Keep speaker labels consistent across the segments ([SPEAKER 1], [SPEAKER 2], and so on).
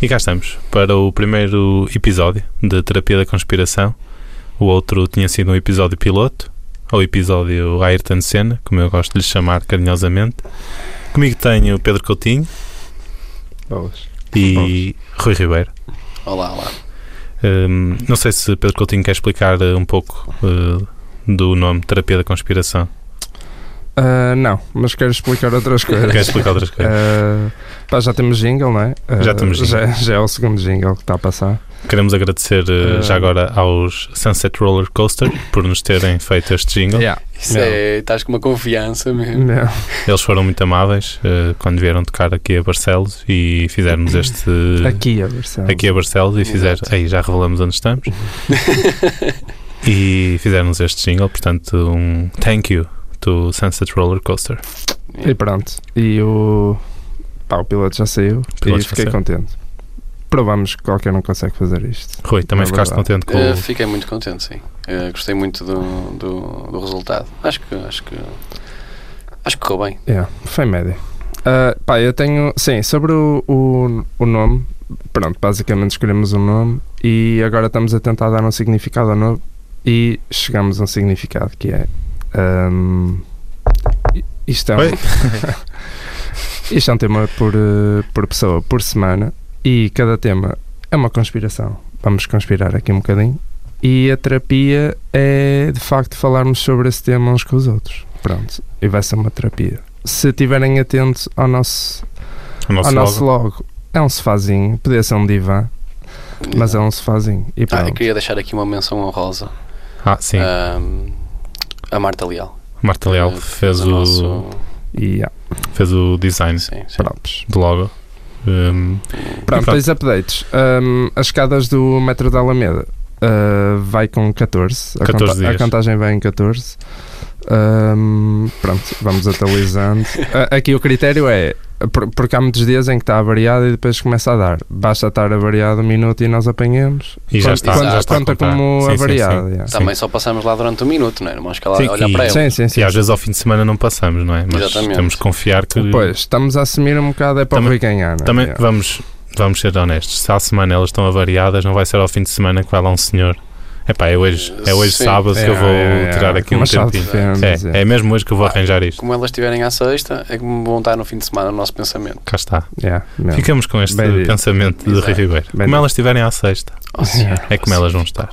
[SPEAKER 1] E cá estamos para o primeiro episódio de Terapia da Conspiração. O outro tinha sido um episódio piloto, ou episódio Ayrton Senna, como eu gosto de lhe chamar carinhosamente. Comigo tenho Pedro Coutinho
[SPEAKER 2] Boas.
[SPEAKER 1] e Rui Ribeiro.
[SPEAKER 3] Olá, olá.
[SPEAKER 1] Hum, não sei se Pedro Coutinho quer explicar eh, um pouco eh, do nome Terapia da Conspiração.
[SPEAKER 2] Ah, não, mas quero explicar outras coisas.
[SPEAKER 1] Quer explicar outras coisas?
[SPEAKER 2] Ah, pá, já temos jingle, não é? Ah,
[SPEAKER 1] Já temos jingle.
[SPEAKER 2] Já, já é o segundo jingle que está a passar.
[SPEAKER 1] Queremos agradecer eh,
[SPEAKER 2] eh,
[SPEAKER 1] já agora aos Sunset Roller Coaster por nos terem feito este jingle.
[SPEAKER 2] Yeah.
[SPEAKER 3] Isso
[SPEAKER 2] Não.
[SPEAKER 3] é. Estás com uma confiança mesmo.
[SPEAKER 2] Não.
[SPEAKER 1] Eles foram muito amáveis eh, quando vieram tocar aqui a Barcelos e fizermos este.
[SPEAKER 2] Aqui a versão.
[SPEAKER 1] aqui a Barcelos e fizeram.
[SPEAKER 3] Exato.
[SPEAKER 1] Aí já revelamos onde estamos. e fizeram-nos este jingle, portanto, um thank you to Sunset Roller Coaster.
[SPEAKER 2] E pronto. E o. Pá, o piloto já saiu
[SPEAKER 1] piloto
[SPEAKER 2] e
[SPEAKER 1] já
[SPEAKER 2] fiquei
[SPEAKER 1] saiu.
[SPEAKER 2] contente. Provamos que qualquer um consegue fazer isto.
[SPEAKER 1] Rui, também
[SPEAKER 2] É
[SPEAKER 1] ficaste
[SPEAKER 2] verdade.
[SPEAKER 1] contente com
[SPEAKER 3] Eh,
[SPEAKER 1] o.
[SPEAKER 3] fiquei muito contente, sim. Eh, gostei muito do, do, do resultado. Acho que acho que acho que correu bem.
[SPEAKER 2] Yeah, É, foi média. Ah, pá, eu tenho. Sim, sobre o, o, o nome. Pronto, basicamente escolhemos um nome e agora estamos a tentar dar um significado ao novo e chegamos a um significado que é. ahm, i- isto, é um,
[SPEAKER 1] Oi?
[SPEAKER 2] isto é um tema por, eh, por pessoa, por semana e cada tema é uma conspiração. Vamos conspirar aqui um bocadinho. E a terapia é de facto falarmos sobre esse tema uns com os outros. Pronto, e vai ser uma terapia. Se estiverem atentos ao nosso,
[SPEAKER 1] o nosso
[SPEAKER 2] ao nosso
[SPEAKER 1] logo.
[SPEAKER 2] logo, é um sofazinho, podia ser um divã, mas é um sofazinho.
[SPEAKER 3] Ah,
[SPEAKER 2] E
[SPEAKER 3] eu
[SPEAKER 2] pronto,
[SPEAKER 3] queria deixar aqui uma menção honrosa
[SPEAKER 1] Ah, sim.
[SPEAKER 3] É. ahm, a Marta Leal.
[SPEAKER 1] Marta Leal
[SPEAKER 3] eh, que
[SPEAKER 1] fez o,
[SPEAKER 3] nosso-
[SPEAKER 2] e ah,
[SPEAKER 1] fez o design
[SPEAKER 3] Sim, sim.
[SPEAKER 2] prontos.
[SPEAKER 1] do logo. Um,
[SPEAKER 2] Pronto,
[SPEAKER 1] pronto.
[SPEAKER 2] dois updates. Hum, as escadas do metro da Alameda uh, vai com 14. A,
[SPEAKER 1] 14 dias.
[SPEAKER 2] a contagem vai em 14. Hum, pronto, vamos atualizando. A- aqui o critério é. por- Porque há muitos dias em que está a variada e depois começa a dar. Basta estar a variada um minuto e nós apanhamos.
[SPEAKER 1] e já
[SPEAKER 2] Conta-
[SPEAKER 1] está.
[SPEAKER 2] Conta,
[SPEAKER 1] já está a
[SPEAKER 2] conta
[SPEAKER 1] contar.
[SPEAKER 2] como
[SPEAKER 1] Sim,
[SPEAKER 2] a
[SPEAKER 1] sim, sim.
[SPEAKER 2] variada. yeah.
[SPEAKER 1] Sim.
[SPEAKER 3] Também só passamos lá durante um minuto, não é? Não vamos ficar lá
[SPEAKER 1] Sim,
[SPEAKER 3] a olhar
[SPEAKER 1] e-
[SPEAKER 3] para ele.
[SPEAKER 2] Sim, sim, sim.
[SPEAKER 1] E às vezes ao fim de semana não passamos, não é? Mas
[SPEAKER 3] Exatamente.
[SPEAKER 1] temos que confiar que
[SPEAKER 2] Pois, estamos a assumir um bocado é para
[SPEAKER 1] Também-
[SPEAKER 2] o Rui ganhar. não é?
[SPEAKER 1] também
[SPEAKER 2] Yeah.
[SPEAKER 1] vamos, vamos ser honestos. Se à semana elas estão avariadas, não vai ser ao fim de semana que vai lá um senhor. Epá, é hoje, é hoje
[SPEAKER 3] Sim.
[SPEAKER 1] sábado que eu
[SPEAKER 2] Yeah,
[SPEAKER 1] vou
[SPEAKER 2] yeah, yeah.
[SPEAKER 1] tirar aqui um
[SPEAKER 2] Machado de
[SPEAKER 1] tempinho.
[SPEAKER 2] Fendas, yeah.
[SPEAKER 1] É, é mesmo hoje que eu
[SPEAKER 2] Ah.
[SPEAKER 1] vou arranjar isto.
[SPEAKER 3] Como elas estiverem à sexta, é que vão estar no fim de semana no nosso pensamento.
[SPEAKER 1] Cá está.
[SPEAKER 2] Yeah, yeah.
[SPEAKER 1] Ficamos com este
[SPEAKER 2] É. Bem dito.
[SPEAKER 1] pensamento de Rui
[SPEAKER 3] Exato.
[SPEAKER 1] Ribeiro.
[SPEAKER 2] Bem
[SPEAKER 1] Como
[SPEAKER 2] dito.
[SPEAKER 1] elas estiverem à sexta,
[SPEAKER 3] Oh, senhor.
[SPEAKER 1] é como elas vão estar.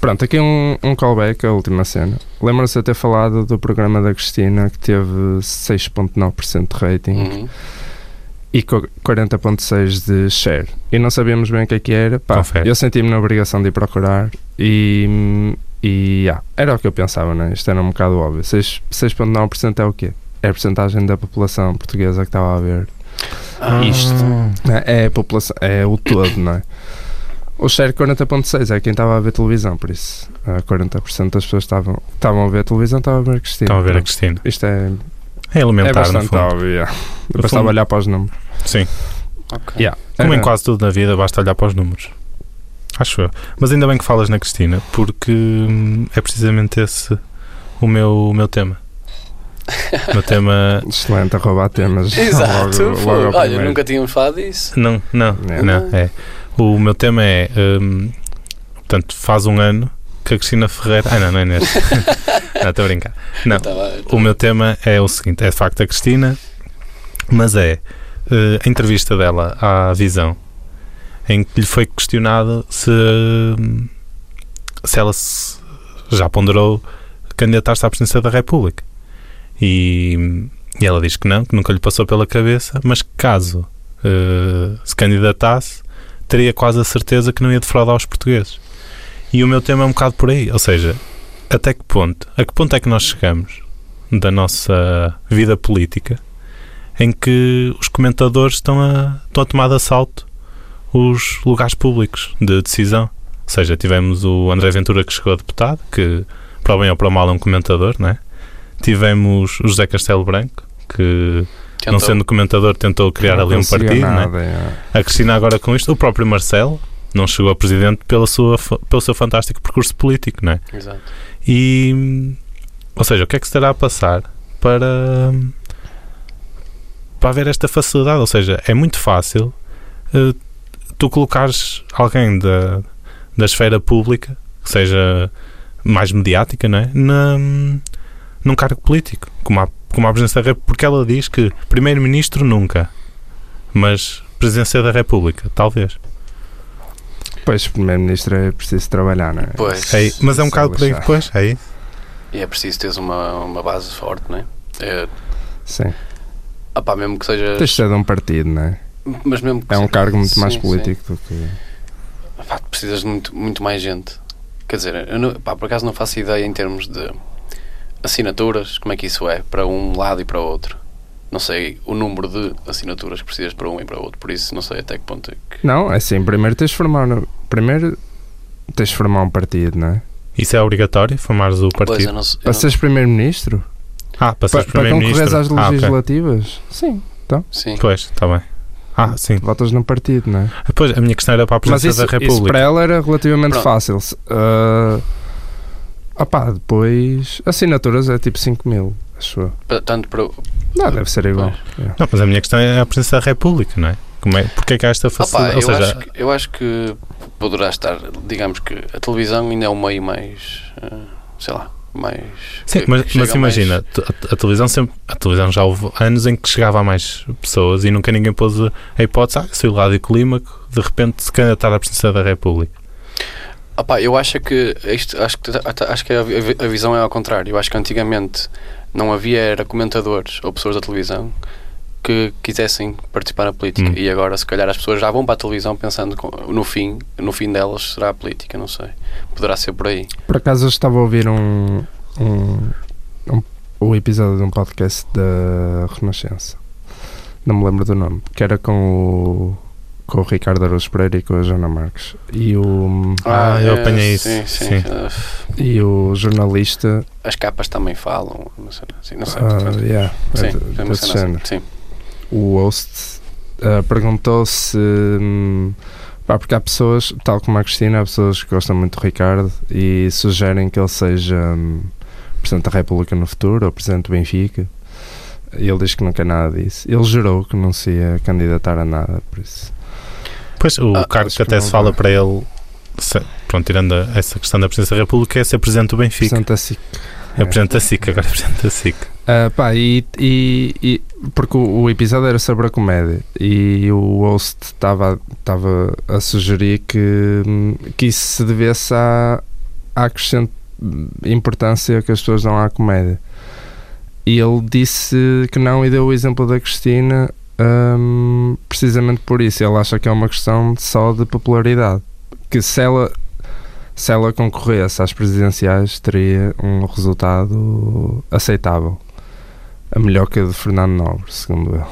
[SPEAKER 2] Pronto, aqui um, um callback à última cena. Lembram-se de eu ter falado do programa da Cristina que teve 6,9% de rating
[SPEAKER 3] Uhum.
[SPEAKER 2] e co- 40,6% de share. E não sabíamos bem o que é que era. Pá,
[SPEAKER 1] Confere.
[SPEAKER 2] eu senti-me na obrigação de ir procurar e. e ah, era o que eu pensava, né? Isto era um bocado óbvio. 6 6,9% é o quê? É a porcentagem da população portuguesa que estava a ver.
[SPEAKER 3] Ah,
[SPEAKER 2] Isto. né? É a população, é o todo, não é? O share 40.6 é quem estava a ver televisão, por isso ah, 40% das pessoas estavam, estavam a ver televisão, estavam a ver Cristina.
[SPEAKER 1] Estão a ver a
[SPEAKER 2] Pronto.
[SPEAKER 1] Cristina.
[SPEAKER 2] Isto é,
[SPEAKER 1] É
[SPEAKER 2] é
[SPEAKER 1] elementar, no
[SPEAKER 2] bastante
[SPEAKER 1] fundo.
[SPEAKER 2] óbvio. yeah.
[SPEAKER 1] No
[SPEAKER 2] Depois estava
[SPEAKER 1] fundo-
[SPEAKER 2] a olhar para os números.
[SPEAKER 1] Sim.
[SPEAKER 3] ok.
[SPEAKER 2] Yeah. É,
[SPEAKER 1] Como em
[SPEAKER 2] Era-
[SPEAKER 1] quase tudo na vida, basta olhar para os números. Acho eu. Mas ainda bem que falas na Cristina, porque hum, é precisamente esse o meu, o meu tema. O meu tema.
[SPEAKER 2] Excelente, a roubar temas.
[SPEAKER 3] Exato.
[SPEAKER 2] Logo, logo ao
[SPEAKER 3] Olha,
[SPEAKER 2] primeiro.
[SPEAKER 3] nunca tínhamos falado disso.
[SPEAKER 1] Não, não,
[SPEAKER 2] Não.
[SPEAKER 1] não. É. O meu tema é. hum, portanto, faz um ano que a Cristina Ferreira. Ah, não, não é neste. não, estou a brincar. Não.
[SPEAKER 3] Estava-
[SPEAKER 1] O meu tema é o seguinte: é de facto a Cristina, mas é eh, a entrevista dela à Visão, em que lhe foi questionado se, se ela se- já ponderou candidatar-se à presidência da República. E, e ela diz que não, que nunca lhe passou pela cabeça, mas que caso eh, se candidatasse, teria quase a certeza que não ia defraudar os portugueses. E o meu tema é um bocado por aí, ou seja, até que ponto, a que ponto é que nós chegamos da nossa vida política em que os comentadores estão a, estão a tomar de assalto os lugares públicos de decisão. Ou seja, tivemos o André Ventura que chegou a deputado, que para o bem ou para o mal é um comentador, não é? Tivemos o José Castelo Branco, que não
[SPEAKER 3] Tentou.
[SPEAKER 1] sendo comentador tentou criar
[SPEAKER 2] Não
[SPEAKER 1] ali um
[SPEAKER 2] conseguiu
[SPEAKER 1] partido, não é?
[SPEAKER 2] nada, yeah.
[SPEAKER 1] A Cristina agora com isto, o próprio Marcelo não chegou a presidente pela sua, fa- pelo seu fantástico percurso político, não é?
[SPEAKER 3] Exato.
[SPEAKER 1] E, ou seja, o que é que se terá a passar para, para haver esta facilidade? Ou seja, é muito fácil eh, tu colocares alguém da, da esfera pública, que seja mais mediática, não é? Na, num cargo político, como a, como a Presidência da República, porque ela diz que Primeiro-Ministro nunca, mas Presidência da República, talvez.
[SPEAKER 2] Pois, Primeiro-Ministro é preciso trabalhar, não é?
[SPEAKER 3] Pois.
[SPEAKER 1] É, mas é um
[SPEAKER 2] Isso
[SPEAKER 1] bocado por aí
[SPEAKER 2] deixar.
[SPEAKER 1] depois, é isso?
[SPEAKER 3] E é preciso teres uma, uma base forte, não é? é
[SPEAKER 2] Sim.
[SPEAKER 3] opá, mesmo que seja.
[SPEAKER 2] Tens de ser de um partido, não é?
[SPEAKER 3] Mas mesmo que
[SPEAKER 2] É um
[SPEAKER 3] seja-
[SPEAKER 2] cargo muito mais
[SPEAKER 3] sim,
[SPEAKER 2] político do que.
[SPEAKER 3] sim. Pá, tu precisas de muito, muito mais gente. Quer dizer, eu não- pá, por acaso não faço ideia em termos de assinaturas, como é que isso é, para um lado e para o outro. Não sei o número de assinaturas que precisas para um e para o outro, por isso não sei até que ponto é que.
[SPEAKER 2] Não, é assim, primeiro tens de formar. Primeiro tens de formar um partido, não é?
[SPEAKER 1] Isso é obrigatório, formares o
[SPEAKER 3] Pois, eu
[SPEAKER 1] partido.
[SPEAKER 3] não, sei- eu
[SPEAKER 2] Para
[SPEAKER 3] não-
[SPEAKER 2] seres primeiro-ministro?
[SPEAKER 1] Ah, para
[SPEAKER 2] Pa-
[SPEAKER 1] seres
[SPEAKER 2] Para concorreres
[SPEAKER 1] primeiro-ministro.
[SPEAKER 2] às
[SPEAKER 1] Ah, ok.
[SPEAKER 2] legislativas? Sim.
[SPEAKER 3] sim.
[SPEAKER 1] Pois, está bem. Ah, sim.
[SPEAKER 2] Votas num partido, não é?
[SPEAKER 1] Pois, a minha questão era para a
[SPEAKER 2] Mas
[SPEAKER 1] presidência
[SPEAKER 2] isso,
[SPEAKER 1] da
[SPEAKER 2] isso
[SPEAKER 1] República.
[SPEAKER 2] para ela era relativamente
[SPEAKER 3] Pronto.
[SPEAKER 2] fácil. Se- ah, opá, depois. Assinaturas é tipo 5 mil, acho eu.
[SPEAKER 3] Pa- Tanto para.
[SPEAKER 2] Não, deve ser igual. É.
[SPEAKER 1] Não, mas a minha questão é a presença da República, não é? Como é porque é que há esta
[SPEAKER 3] Opa,
[SPEAKER 1] facilidade?
[SPEAKER 3] eu,
[SPEAKER 1] Ou seja,
[SPEAKER 3] acho que, eu acho que poderá estar, digamos que a televisão ainda é um meio mais, eh, sei lá, mais.
[SPEAKER 1] sim,
[SPEAKER 3] que-
[SPEAKER 1] mas,
[SPEAKER 3] que
[SPEAKER 1] mas
[SPEAKER 3] chega mais-
[SPEAKER 1] imagina, tu- a, a televisão sempre. A televisão já houve anos em que chegava a mais pessoas e nunca ninguém pôs a, a hipótese, ah, sou lado clímaco, de repente se candidatar à presidência da República.
[SPEAKER 3] Opa, Ah eu acho que isto, acho que acho que a, vi- a visão é ao contrário. Eu acho que antigamente não havia era comentadores ou pessoas da televisão que quisessem participar na política
[SPEAKER 1] Hum.
[SPEAKER 3] e agora se calhar as pessoas já vão para a televisão pensando com- no fim, no fim delas será a política, não sei. Poderá ser por aí.
[SPEAKER 2] Por acaso eu estava a ouvir um, um, um- um episódio de um podcast da Renascença. Não me lembro do nome. Que era com o, com o Ricardo Araújo Pereira e com a Joana Marques. E o,
[SPEAKER 1] Ah, eu apanhei isso,
[SPEAKER 3] É, Sim, sim.
[SPEAKER 1] sim.
[SPEAKER 3] Ah,
[SPEAKER 2] e o jornalista.
[SPEAKER 3] As capas também falam, não sei, assim, não sei.
[SPEAKER 2] ah, yeah, é
[SPEAKER 3] sim,
[SPEAKER 2] de-
[SPEAKER 3] foi uma
[SPEAKER 2] desse
[SPEAKER 3] cena assim,
[SPEAKER 2] género.
[SPEAKER 3] sim.
[SPEAKER 2] o host ah, perguntou se. hum, pá, porque há pessoas, tal como a Cristina, há pessoas que gostam muito do Ricardo e sugerem que ele seja hum, Presidente da República no futuro ou Presidente do Benfica. E Ele diz que não quer nada disso. Ele jurou que não se ia candidatar a nada, por isso.
[SPEAKER 1] Pois o
[SPEAKER 3] Ah,
[SPEAKER 1] cargo
[SPEAKER 2] acho
[SPEAKER 1] que até
[SPEAKER 2] que
[SPEAKER 1] se
[SPEAKER 2] não
[SPEAKER 1] fala
[SPEAKER 2] vai.
[SPEAKER 1] para ele, se- pronto, tirando a- essa questão da presidência da República, é ser presidente do Benfica.
[SPEAKER 2] Presidente da SIC.
[SPEAKER 1] É presidente da SIC, agora é presidente da SIC.
[SPEAKER 2] Ah, pá, e, e- e- porque o, o episódio era sobre a comédia e o host estava estava a sugerir que, hum, que isso se devesse à, à crescente importância que as pessoas dão à comédia. E ele disse que não e deu o exemplo da Cristina hum, precisamente por isso. Ele acha que é uma questão só de popularidade. Que se ela, se ela concorresse às presidenciais teria um resultado aceitável. A melhor que a de Fernando Nobre, segundo ele.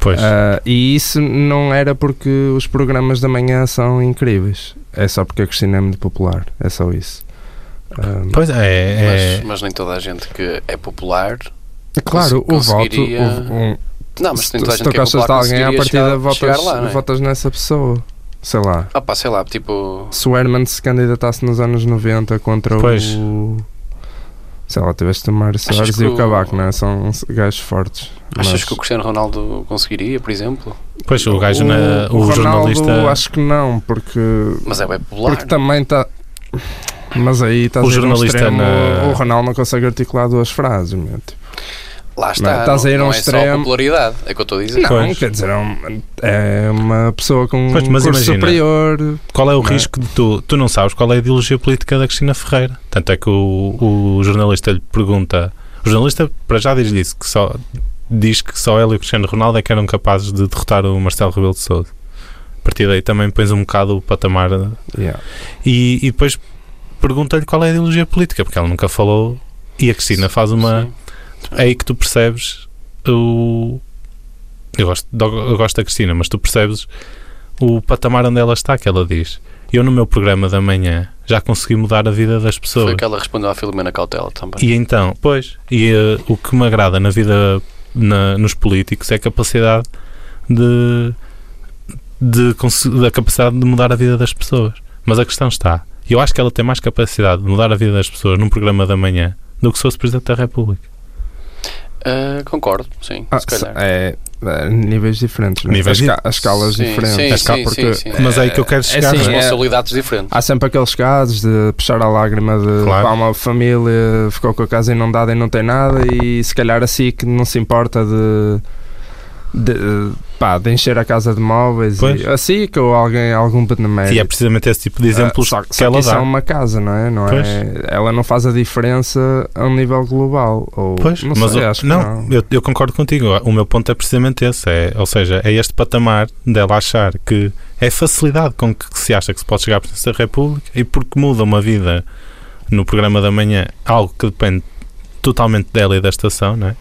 [SPEAKER 1] Pois.
[SPEAKER 2] Ah, e isso não era porque os programas da manhã são incríveis. É só porque a Cristina é muito popular. É só isso. Ah,
[SPEAKER 1] Pois é, é
[SPEAKER 3] Mas, mas nem toda a gente que é popular.
[SPEAKER 2] é claro, o voto.
[SPEAKER 3] conseguiria-
[SPEAKER 2] o- um-
[SPEAKER 3] Não, mas
[SPEAKER 2] se
[SPEAKER 3] nem
[SPEAKER 2] tu,
[SPEAKER 3] toda a
[SPEAKER 2] se tu
[SPEAKER 3] gente que é
[SPEAKER 2] gostas
[SPEAKER 3] popular
[SPEAKER 2] de alguém, à
[SPEAKER 3] conseguiria
[SPEAKER 2] partida
[SPEAKER 3] chegar,
[SPEAKER 2] votas,
[SPEAKER 3] chegar lá, não é?
[SPEAKER 2] votas nessa pessoa. Sei lá.
[SPEAKER 3] Ah pá, sei lá, tipo.
[SPEAKER 2] Se o Herman se candidatasse nos anos 90 contra
[SPEAKER 1] Pois.
[SPEAKER 2] o. Sei lá, tiveste o Mário Soares
[SPEAKER 3] que
[SPEAKER 2] e o
[SPEAKER 3] o-
[SPEAKER 2] Cabaco, não é? São uns gajos fortes.
[SPEAKER 3] Achas
[SPEAKER 2] mas-
[SPEAKER 3] que o Cristiano Ronaldo conseguiria, por exemplo?
[SPEAKER 1] pois o gajo, na, o,
[SPEAKER 2] Ronaldo,
[SPEAKER 1] jornalista.
[SPEAKER 2] Acho que não, porque.
[SPEAKER 3] Mas é bem popular.
[SPEAKER 2] Porque tá- também está. Mas aí estás
[SPEAKER 1] O
[SPEAKER 2] a ir a um
[SPEAKER 1] jornalista
[SPEAKER 2] extremo,
[SPEAKER 1] na-
[SPEAKER 2] O Ronaldo não consegue articular duas frases, meu. Tipo,
[SPEAKER 3] lá está.
[SPEAKER 2] Não, estás
[SPEAKER 3] não,
[SPEAKER 2] a ir a um
[SPEAKER 3] não é só
[SPEAKER 2] extremo.
[SPEAKER 3] popularidade, é o que eu estou a dizer.
[SPEAKER 2] não,
[SPEAKER 1] Pois.
[SPEAKER 2] quer dizer, é um- é uma pessoa com
[SPEAKER 1] Pois,
[SPEAKER 2] um
[SPEAKER 1] mas
[SPEAKER 2] curso
[SPEAKER 1] imagina.
[SPEAKER 2] superior,
[SPEAKER 1] Qual é o
[SPEAKER 2] Não é?
[SPEAKER 1] risco de tu? Tu não sabes qual é a ideologia política da Cristina Ferreira. Tanto é que o, o jornalista lhe pergunta. O jornalista, para já, diz isso, que só, diz que só ele e o Cristiano Ronaldo é que eram capazes de derrotar o Marcelo Rebelo de Sousa. A partir daí também pões um bocado o patamar.
[SPEAKER 2] Yeah.
[SPEAKER 1] E, e depois pergunta-lhe qual é a ideologia política, porque ela nunca falou. E a Cristina faz uma.
[SPEAKER 3] Sim.
[SPEAKER 1] É aí que tu percebes o. Eu gosto, do- eu gosto da Cristina, mas tu percebes o patamar onde ela está, que ela diz. Eu no meu programa da manhã já consegui mudar a vida das
[SPEAKER 3] Foi
[SPEAKER 1] pessoas.
[SPEAKER 3] o que ela respondeu à Filomena Cautela também.
[SPEAKER 1] E então, pois, e eh, o que me agrada na vida na- nos políticos é a capacidade de, de conse- da capacidade de mudar a vida das pessoas. Mas a questão está, eu acho que ela tem mais capacidade de mudar a vida das pessoas num programa da manhã do que se fosse Presidente da República.
[SPEAKER 3] Ah, concordo, sim,
[SPEAKER 2] Ah,
[SPEAKER 3] se calhar.
[SPEAKER 2] se- é, eh, níveis diferentes, não é?
[SPEAKER 1] Níveis
[SPEAKER 2] As ca-
[SPEAKER 1] di-
[SPEAKER 2] as escalas
[SPEAKER 3] Sim,
[SPEAKER 2] diferentes.
[SPEAKER 3] sim,
[SPEAKER 2] As ca-
[SPEAKER 3] sim,
[SPEAKER 2] porque
[SPEAKER 3] sim, sim.
[SPEAKER 1] Mas é aí que eu quero
[SPEAKER 2] É
[SPEAKER 1] chegar.
[SPEAKER 2] assim,
[SPEAKER 1] não é?
[SPEAKER 3] Responsabilidades diferentes.
[SPEAKER 2] Há sempre aqueles casos de puxar a lágrima de
[SPEAKER 1] Claro.
[SPEAKER 2] pá, uma família ficou com a casa inundada e não tem nada e se calhar assim que não se importa de, de, pá, de encher a casa de móveis
[SPEAKER 1] Pois.
[SPEAKER 2] e, assim que ou alguém algum benemérito.
[SPEAKER 1] E é precisamente esse tipo de exemplos
[SPEAKER 2] Ah, só,
[SPEAKER 1] que ela
[SPEAKER 2] isso é
[SPEAKER 1] dá.
[SPEAKER 2] uma casa, não é? Não
[SPEAKER 1] Pois.
[SPEAKER 2] é? Ela não faz a diferença a um nível global. Ou,
[SPEAKER 1] Pois,
[SPEAKER 2] não
[SPEAKER 1] mas
[SPEAKER 2] sei,
[SPEAKER 1] o-
[SPEAKER 2] acho que
[SPEAKER 1] não,
[SPEAKER 2] não.
[SPEAKER 1] Eu, eu concordo contigo. O meu ponto é precisamente esse. É, ou seja, é este patamar dela achar que é facilidade com que se acha que se pode chegar à presidência da República e porque muda uma vida no programa da manhã, algo que depende totalmente dela e da estação, não é?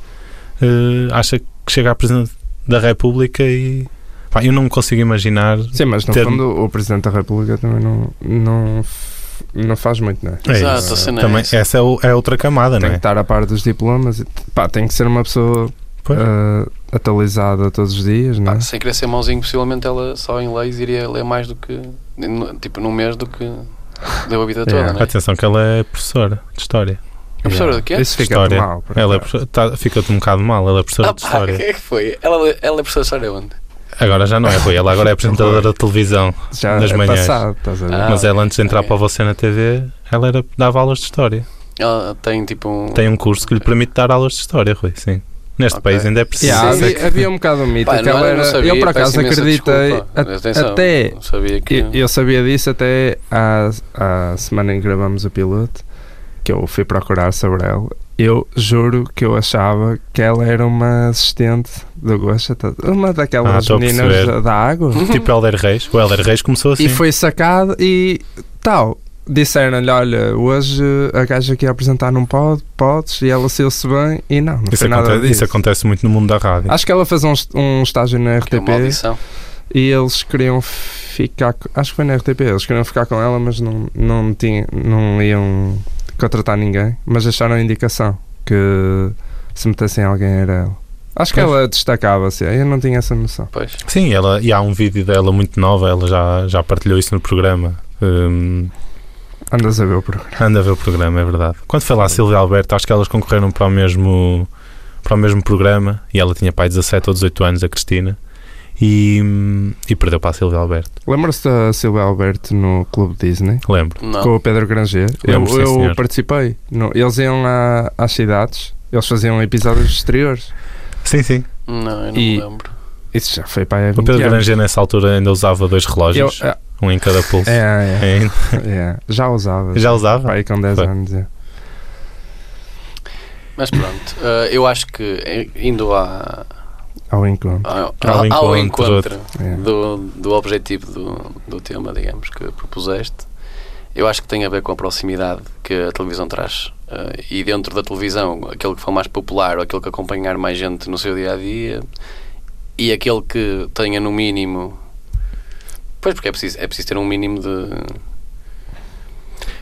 [SPEAKER 1] Eh, acha que chega à presidência da República e. pá, eu não consigo imaginar.
[SPEAKER 2] Sim, mas no
[SPEAKER 1] ter-
[SPEAKER 2] fundo o Presidente da República também não, não, f- não faz muito, não é?
[SPEAKER 1] É
[SPEAKER 3] Exato,
[SPEAKER 1] isso.
[SPEAKER 3] a cena é
[SPEAKER 1] Também,
[SPEAKER 3] essa.
[SPEAKER 1] essa é, o- é outra camada, não
[SPEAKER 2] Tem que
[SPEAKER 1] é?
[SPEAKER 2] estar a par dos diplomas. e, Pá, tem que ser uma pessoa
[SPEAKER 1] Pois.
[SPEAKER 2] ah, atualizada todos os dias, não é?
[SPEAKER 3] Pá, sem querer ser mauzinho, possivelmente ela só em leis iria ler mais do que. no- Tipo, num mês do que deu a vida toda,
[SPEAKER 2] Yeah.
[SPEAKER 3] não é?
[SPEAKER 1] Atenção, que ela é professora de História.
[SPEAKER 3] A professora do quê?
[SPEAKER 2] Isso fica
[SPEAKER 1] História.
[SPEAKER 2] mal. por
[SPEAKER 1] Ela é
[SPEAKER 2] acaso.
[SPEAKER 1] professora- tá- fica-te um bocado mal, ela é professora
[SPEAKER 3] Ah,
[SPEAKER 1] de
[SPEAKER 3] pá, o que
[SPEAKER 1] história.
[SPEAKER 3] é que foi? Ela, ela é professora de história onde?
[SPEAKER 1] Agora já não é Rui, ela agora é apresentadora da televisão.
[SPEAKER 2] Já
[SPEAKER 1] das
[SPEAKER 2] é
[SPEAKER 1] manhãs.
[SPEAKER 2] passado, estás a ver?
[SPEAKER 3] Ah,
[SPEAKER 1] mas ela antes de entrar
[SPEAKER 3] ok.
[SPEAKER 1] para você na TV, ela era, dava aulas de história.
[SPEAKER 3] Ela tem tipo um.
[SPEAKER 1] Tem um curso que lhe permite dar aulas de história, Rui, sim. Neste
[SPEAKER 3] Ok.
[SPEAKER 1] país ainda é preciso.
[SPEAKER 2] Yeah,
[SPEAKER 3] Sim.
[SPEAKER 2] havia, havia um bocado um mito
[SPEAKER 3] Pá,
[SPEAKER 2] que
[SPEAKER 3] não,
[SPEAKER 2] ela
[SPEAKER 3] eu não
[SPEAKER 2] era.
[SPEAKER 3] sabia,
[SPEAKER 2] eu por
[SPEAKER 3] peço
[SPEAKER 2] acaso
[SPEAKER 3] imensa
[SPEAKER 2] acreditei.
[SPEAKER 3] desculpa.
[SPEAKER 2] a-
[SPEAKER 3] Atenção,
[SPEAKER 2] até
[SPEAKER 3] não sabia que.
[SPEAKER 2] Eu, eu sabia disso até à, à semana em que gravamos o piloto, que eu fui procurar sobre ela. Eu juro que eu achava que ela era uma assistente do Gosta, tá- uma
[SPEAKER 1] Ah,
[SPEAKER 2] daquelas
[SPEAKER 1] estou a
[SPEAKER 2] meninas
[SPEAKER 1] perceber.
[SPEAKER 2] da, da água.
[SPEAKER 1] Tipo Helder Reis. O Helder Reis começou assim.
[SPEAKER 2] E foi sacado e tal. Disseram-lhe: Olha, hoje a gaja que ia apresentar não pode, podes, e ela saiu-se bem, e não, não
[SPEAKER 1] isso,
[SPEAKER 2] foi nada
[SPEAKER 1] acontece, isso
[SPEAKER 2] disso.
[SPEAKER 1] acontece muito no mundo da rádio.
[SPEAKER 2] Acho que ela fez um, est- um estágio na
[SPEAKER 3] que é uma
[SPEAKER 2] RTP
[SPEAKER 3] maldição.
[SPEAKER 2] e eles queriam ficar. co- Acho que foi na RTP, eles queriam ficar com ela, mas não, não, tinha, não iam contratar ninguém. Mas deixaram a indicação que se metessem alguém era ela. Acho que
[SPEAKER 1] Pois.
[SPEAKER 2] ela destacava-se, eu não tinha essa noção.
[SPEAKER 3] Pois.
[SPEAKER 1] Sim, ela, e há um vídeo dela muito nova, ela já, já partilhou isso no programa. Hum,
[SPEAKER 2] Andas a ver o programa.
[SPEAKER 1] Anda a ver o programa, é verdade. Quando foi lá a Silvia Alberto, acho que elas concorreram para o mesmo, para o mesmo programa e ela tinha pai 17 ou 18 anos, a Cristina, e, hum, e perdeu para a Silvia Alberto,
[SPEAKER 2] Lembra-se da Silvia Alberto no Clube Disney?
[SPEAKER 1] lembro.
[SPEAKER 3] Não.
[SPEAKER 2] Com o Pedro Granger. Eu,
[SPEAKER 1] Lembro, sim,
[SPEAKER 2] eu
[SPEAKER 1] senhor.
[SPEAKER 2] participei. No- eles iam à- às cidades, eles faziam episódios exteriores.
[SPEAKER 1] Sim, sim.
[SPEAKER 3] Não, eu não
[SPEAKER 2] E-
[SPEAKER 3] me lembro.
[SPEAKER 2] Isso já foi para a
[SPEAKER 1] O Pedro Granger nessa altura ainda usava dois
[SPEAKER 2] Eu,
[SPEAKER 1] relógios,
[SPEAKER 2] é,
[SPEAKER 1] um em cada pulso.
[SPEAKER 2] é,
[SPEAKER 1] Ainda-
[SPEAKER 2] é, é. Já usava.
[SPEAKER 1] Já usava?
[SPEAKER 2] Pai com 10
[SPEAKER 1] Foi.
[SPEAKER 2] anos. é.
[SPEAKER 3] Mas pronto, eh, eu acho que eh, indo à,
[SPEAKER 2] Ao encontro.
[SPEAKER 3] ao,
[SPEAKER 1] Ao
[SPEAKER 3] ao- ao
[SPEAKER 1] encontro.
[SPEAKER 3] encontro
[SPEAKER 2] É.
[SPEAKER 3] do, do objetivo do, do tema, digamos, que propuseste, eu acho que tem a ver com a proximidade que a televisão traz. Eh, e dentro da televisão, aquele que for mais popular ou aquele que acompanhar mais gente no seu dia a dia e aquele que tenha no mínimo. Pois, porque é preciso, é preciso ter um mínimo de.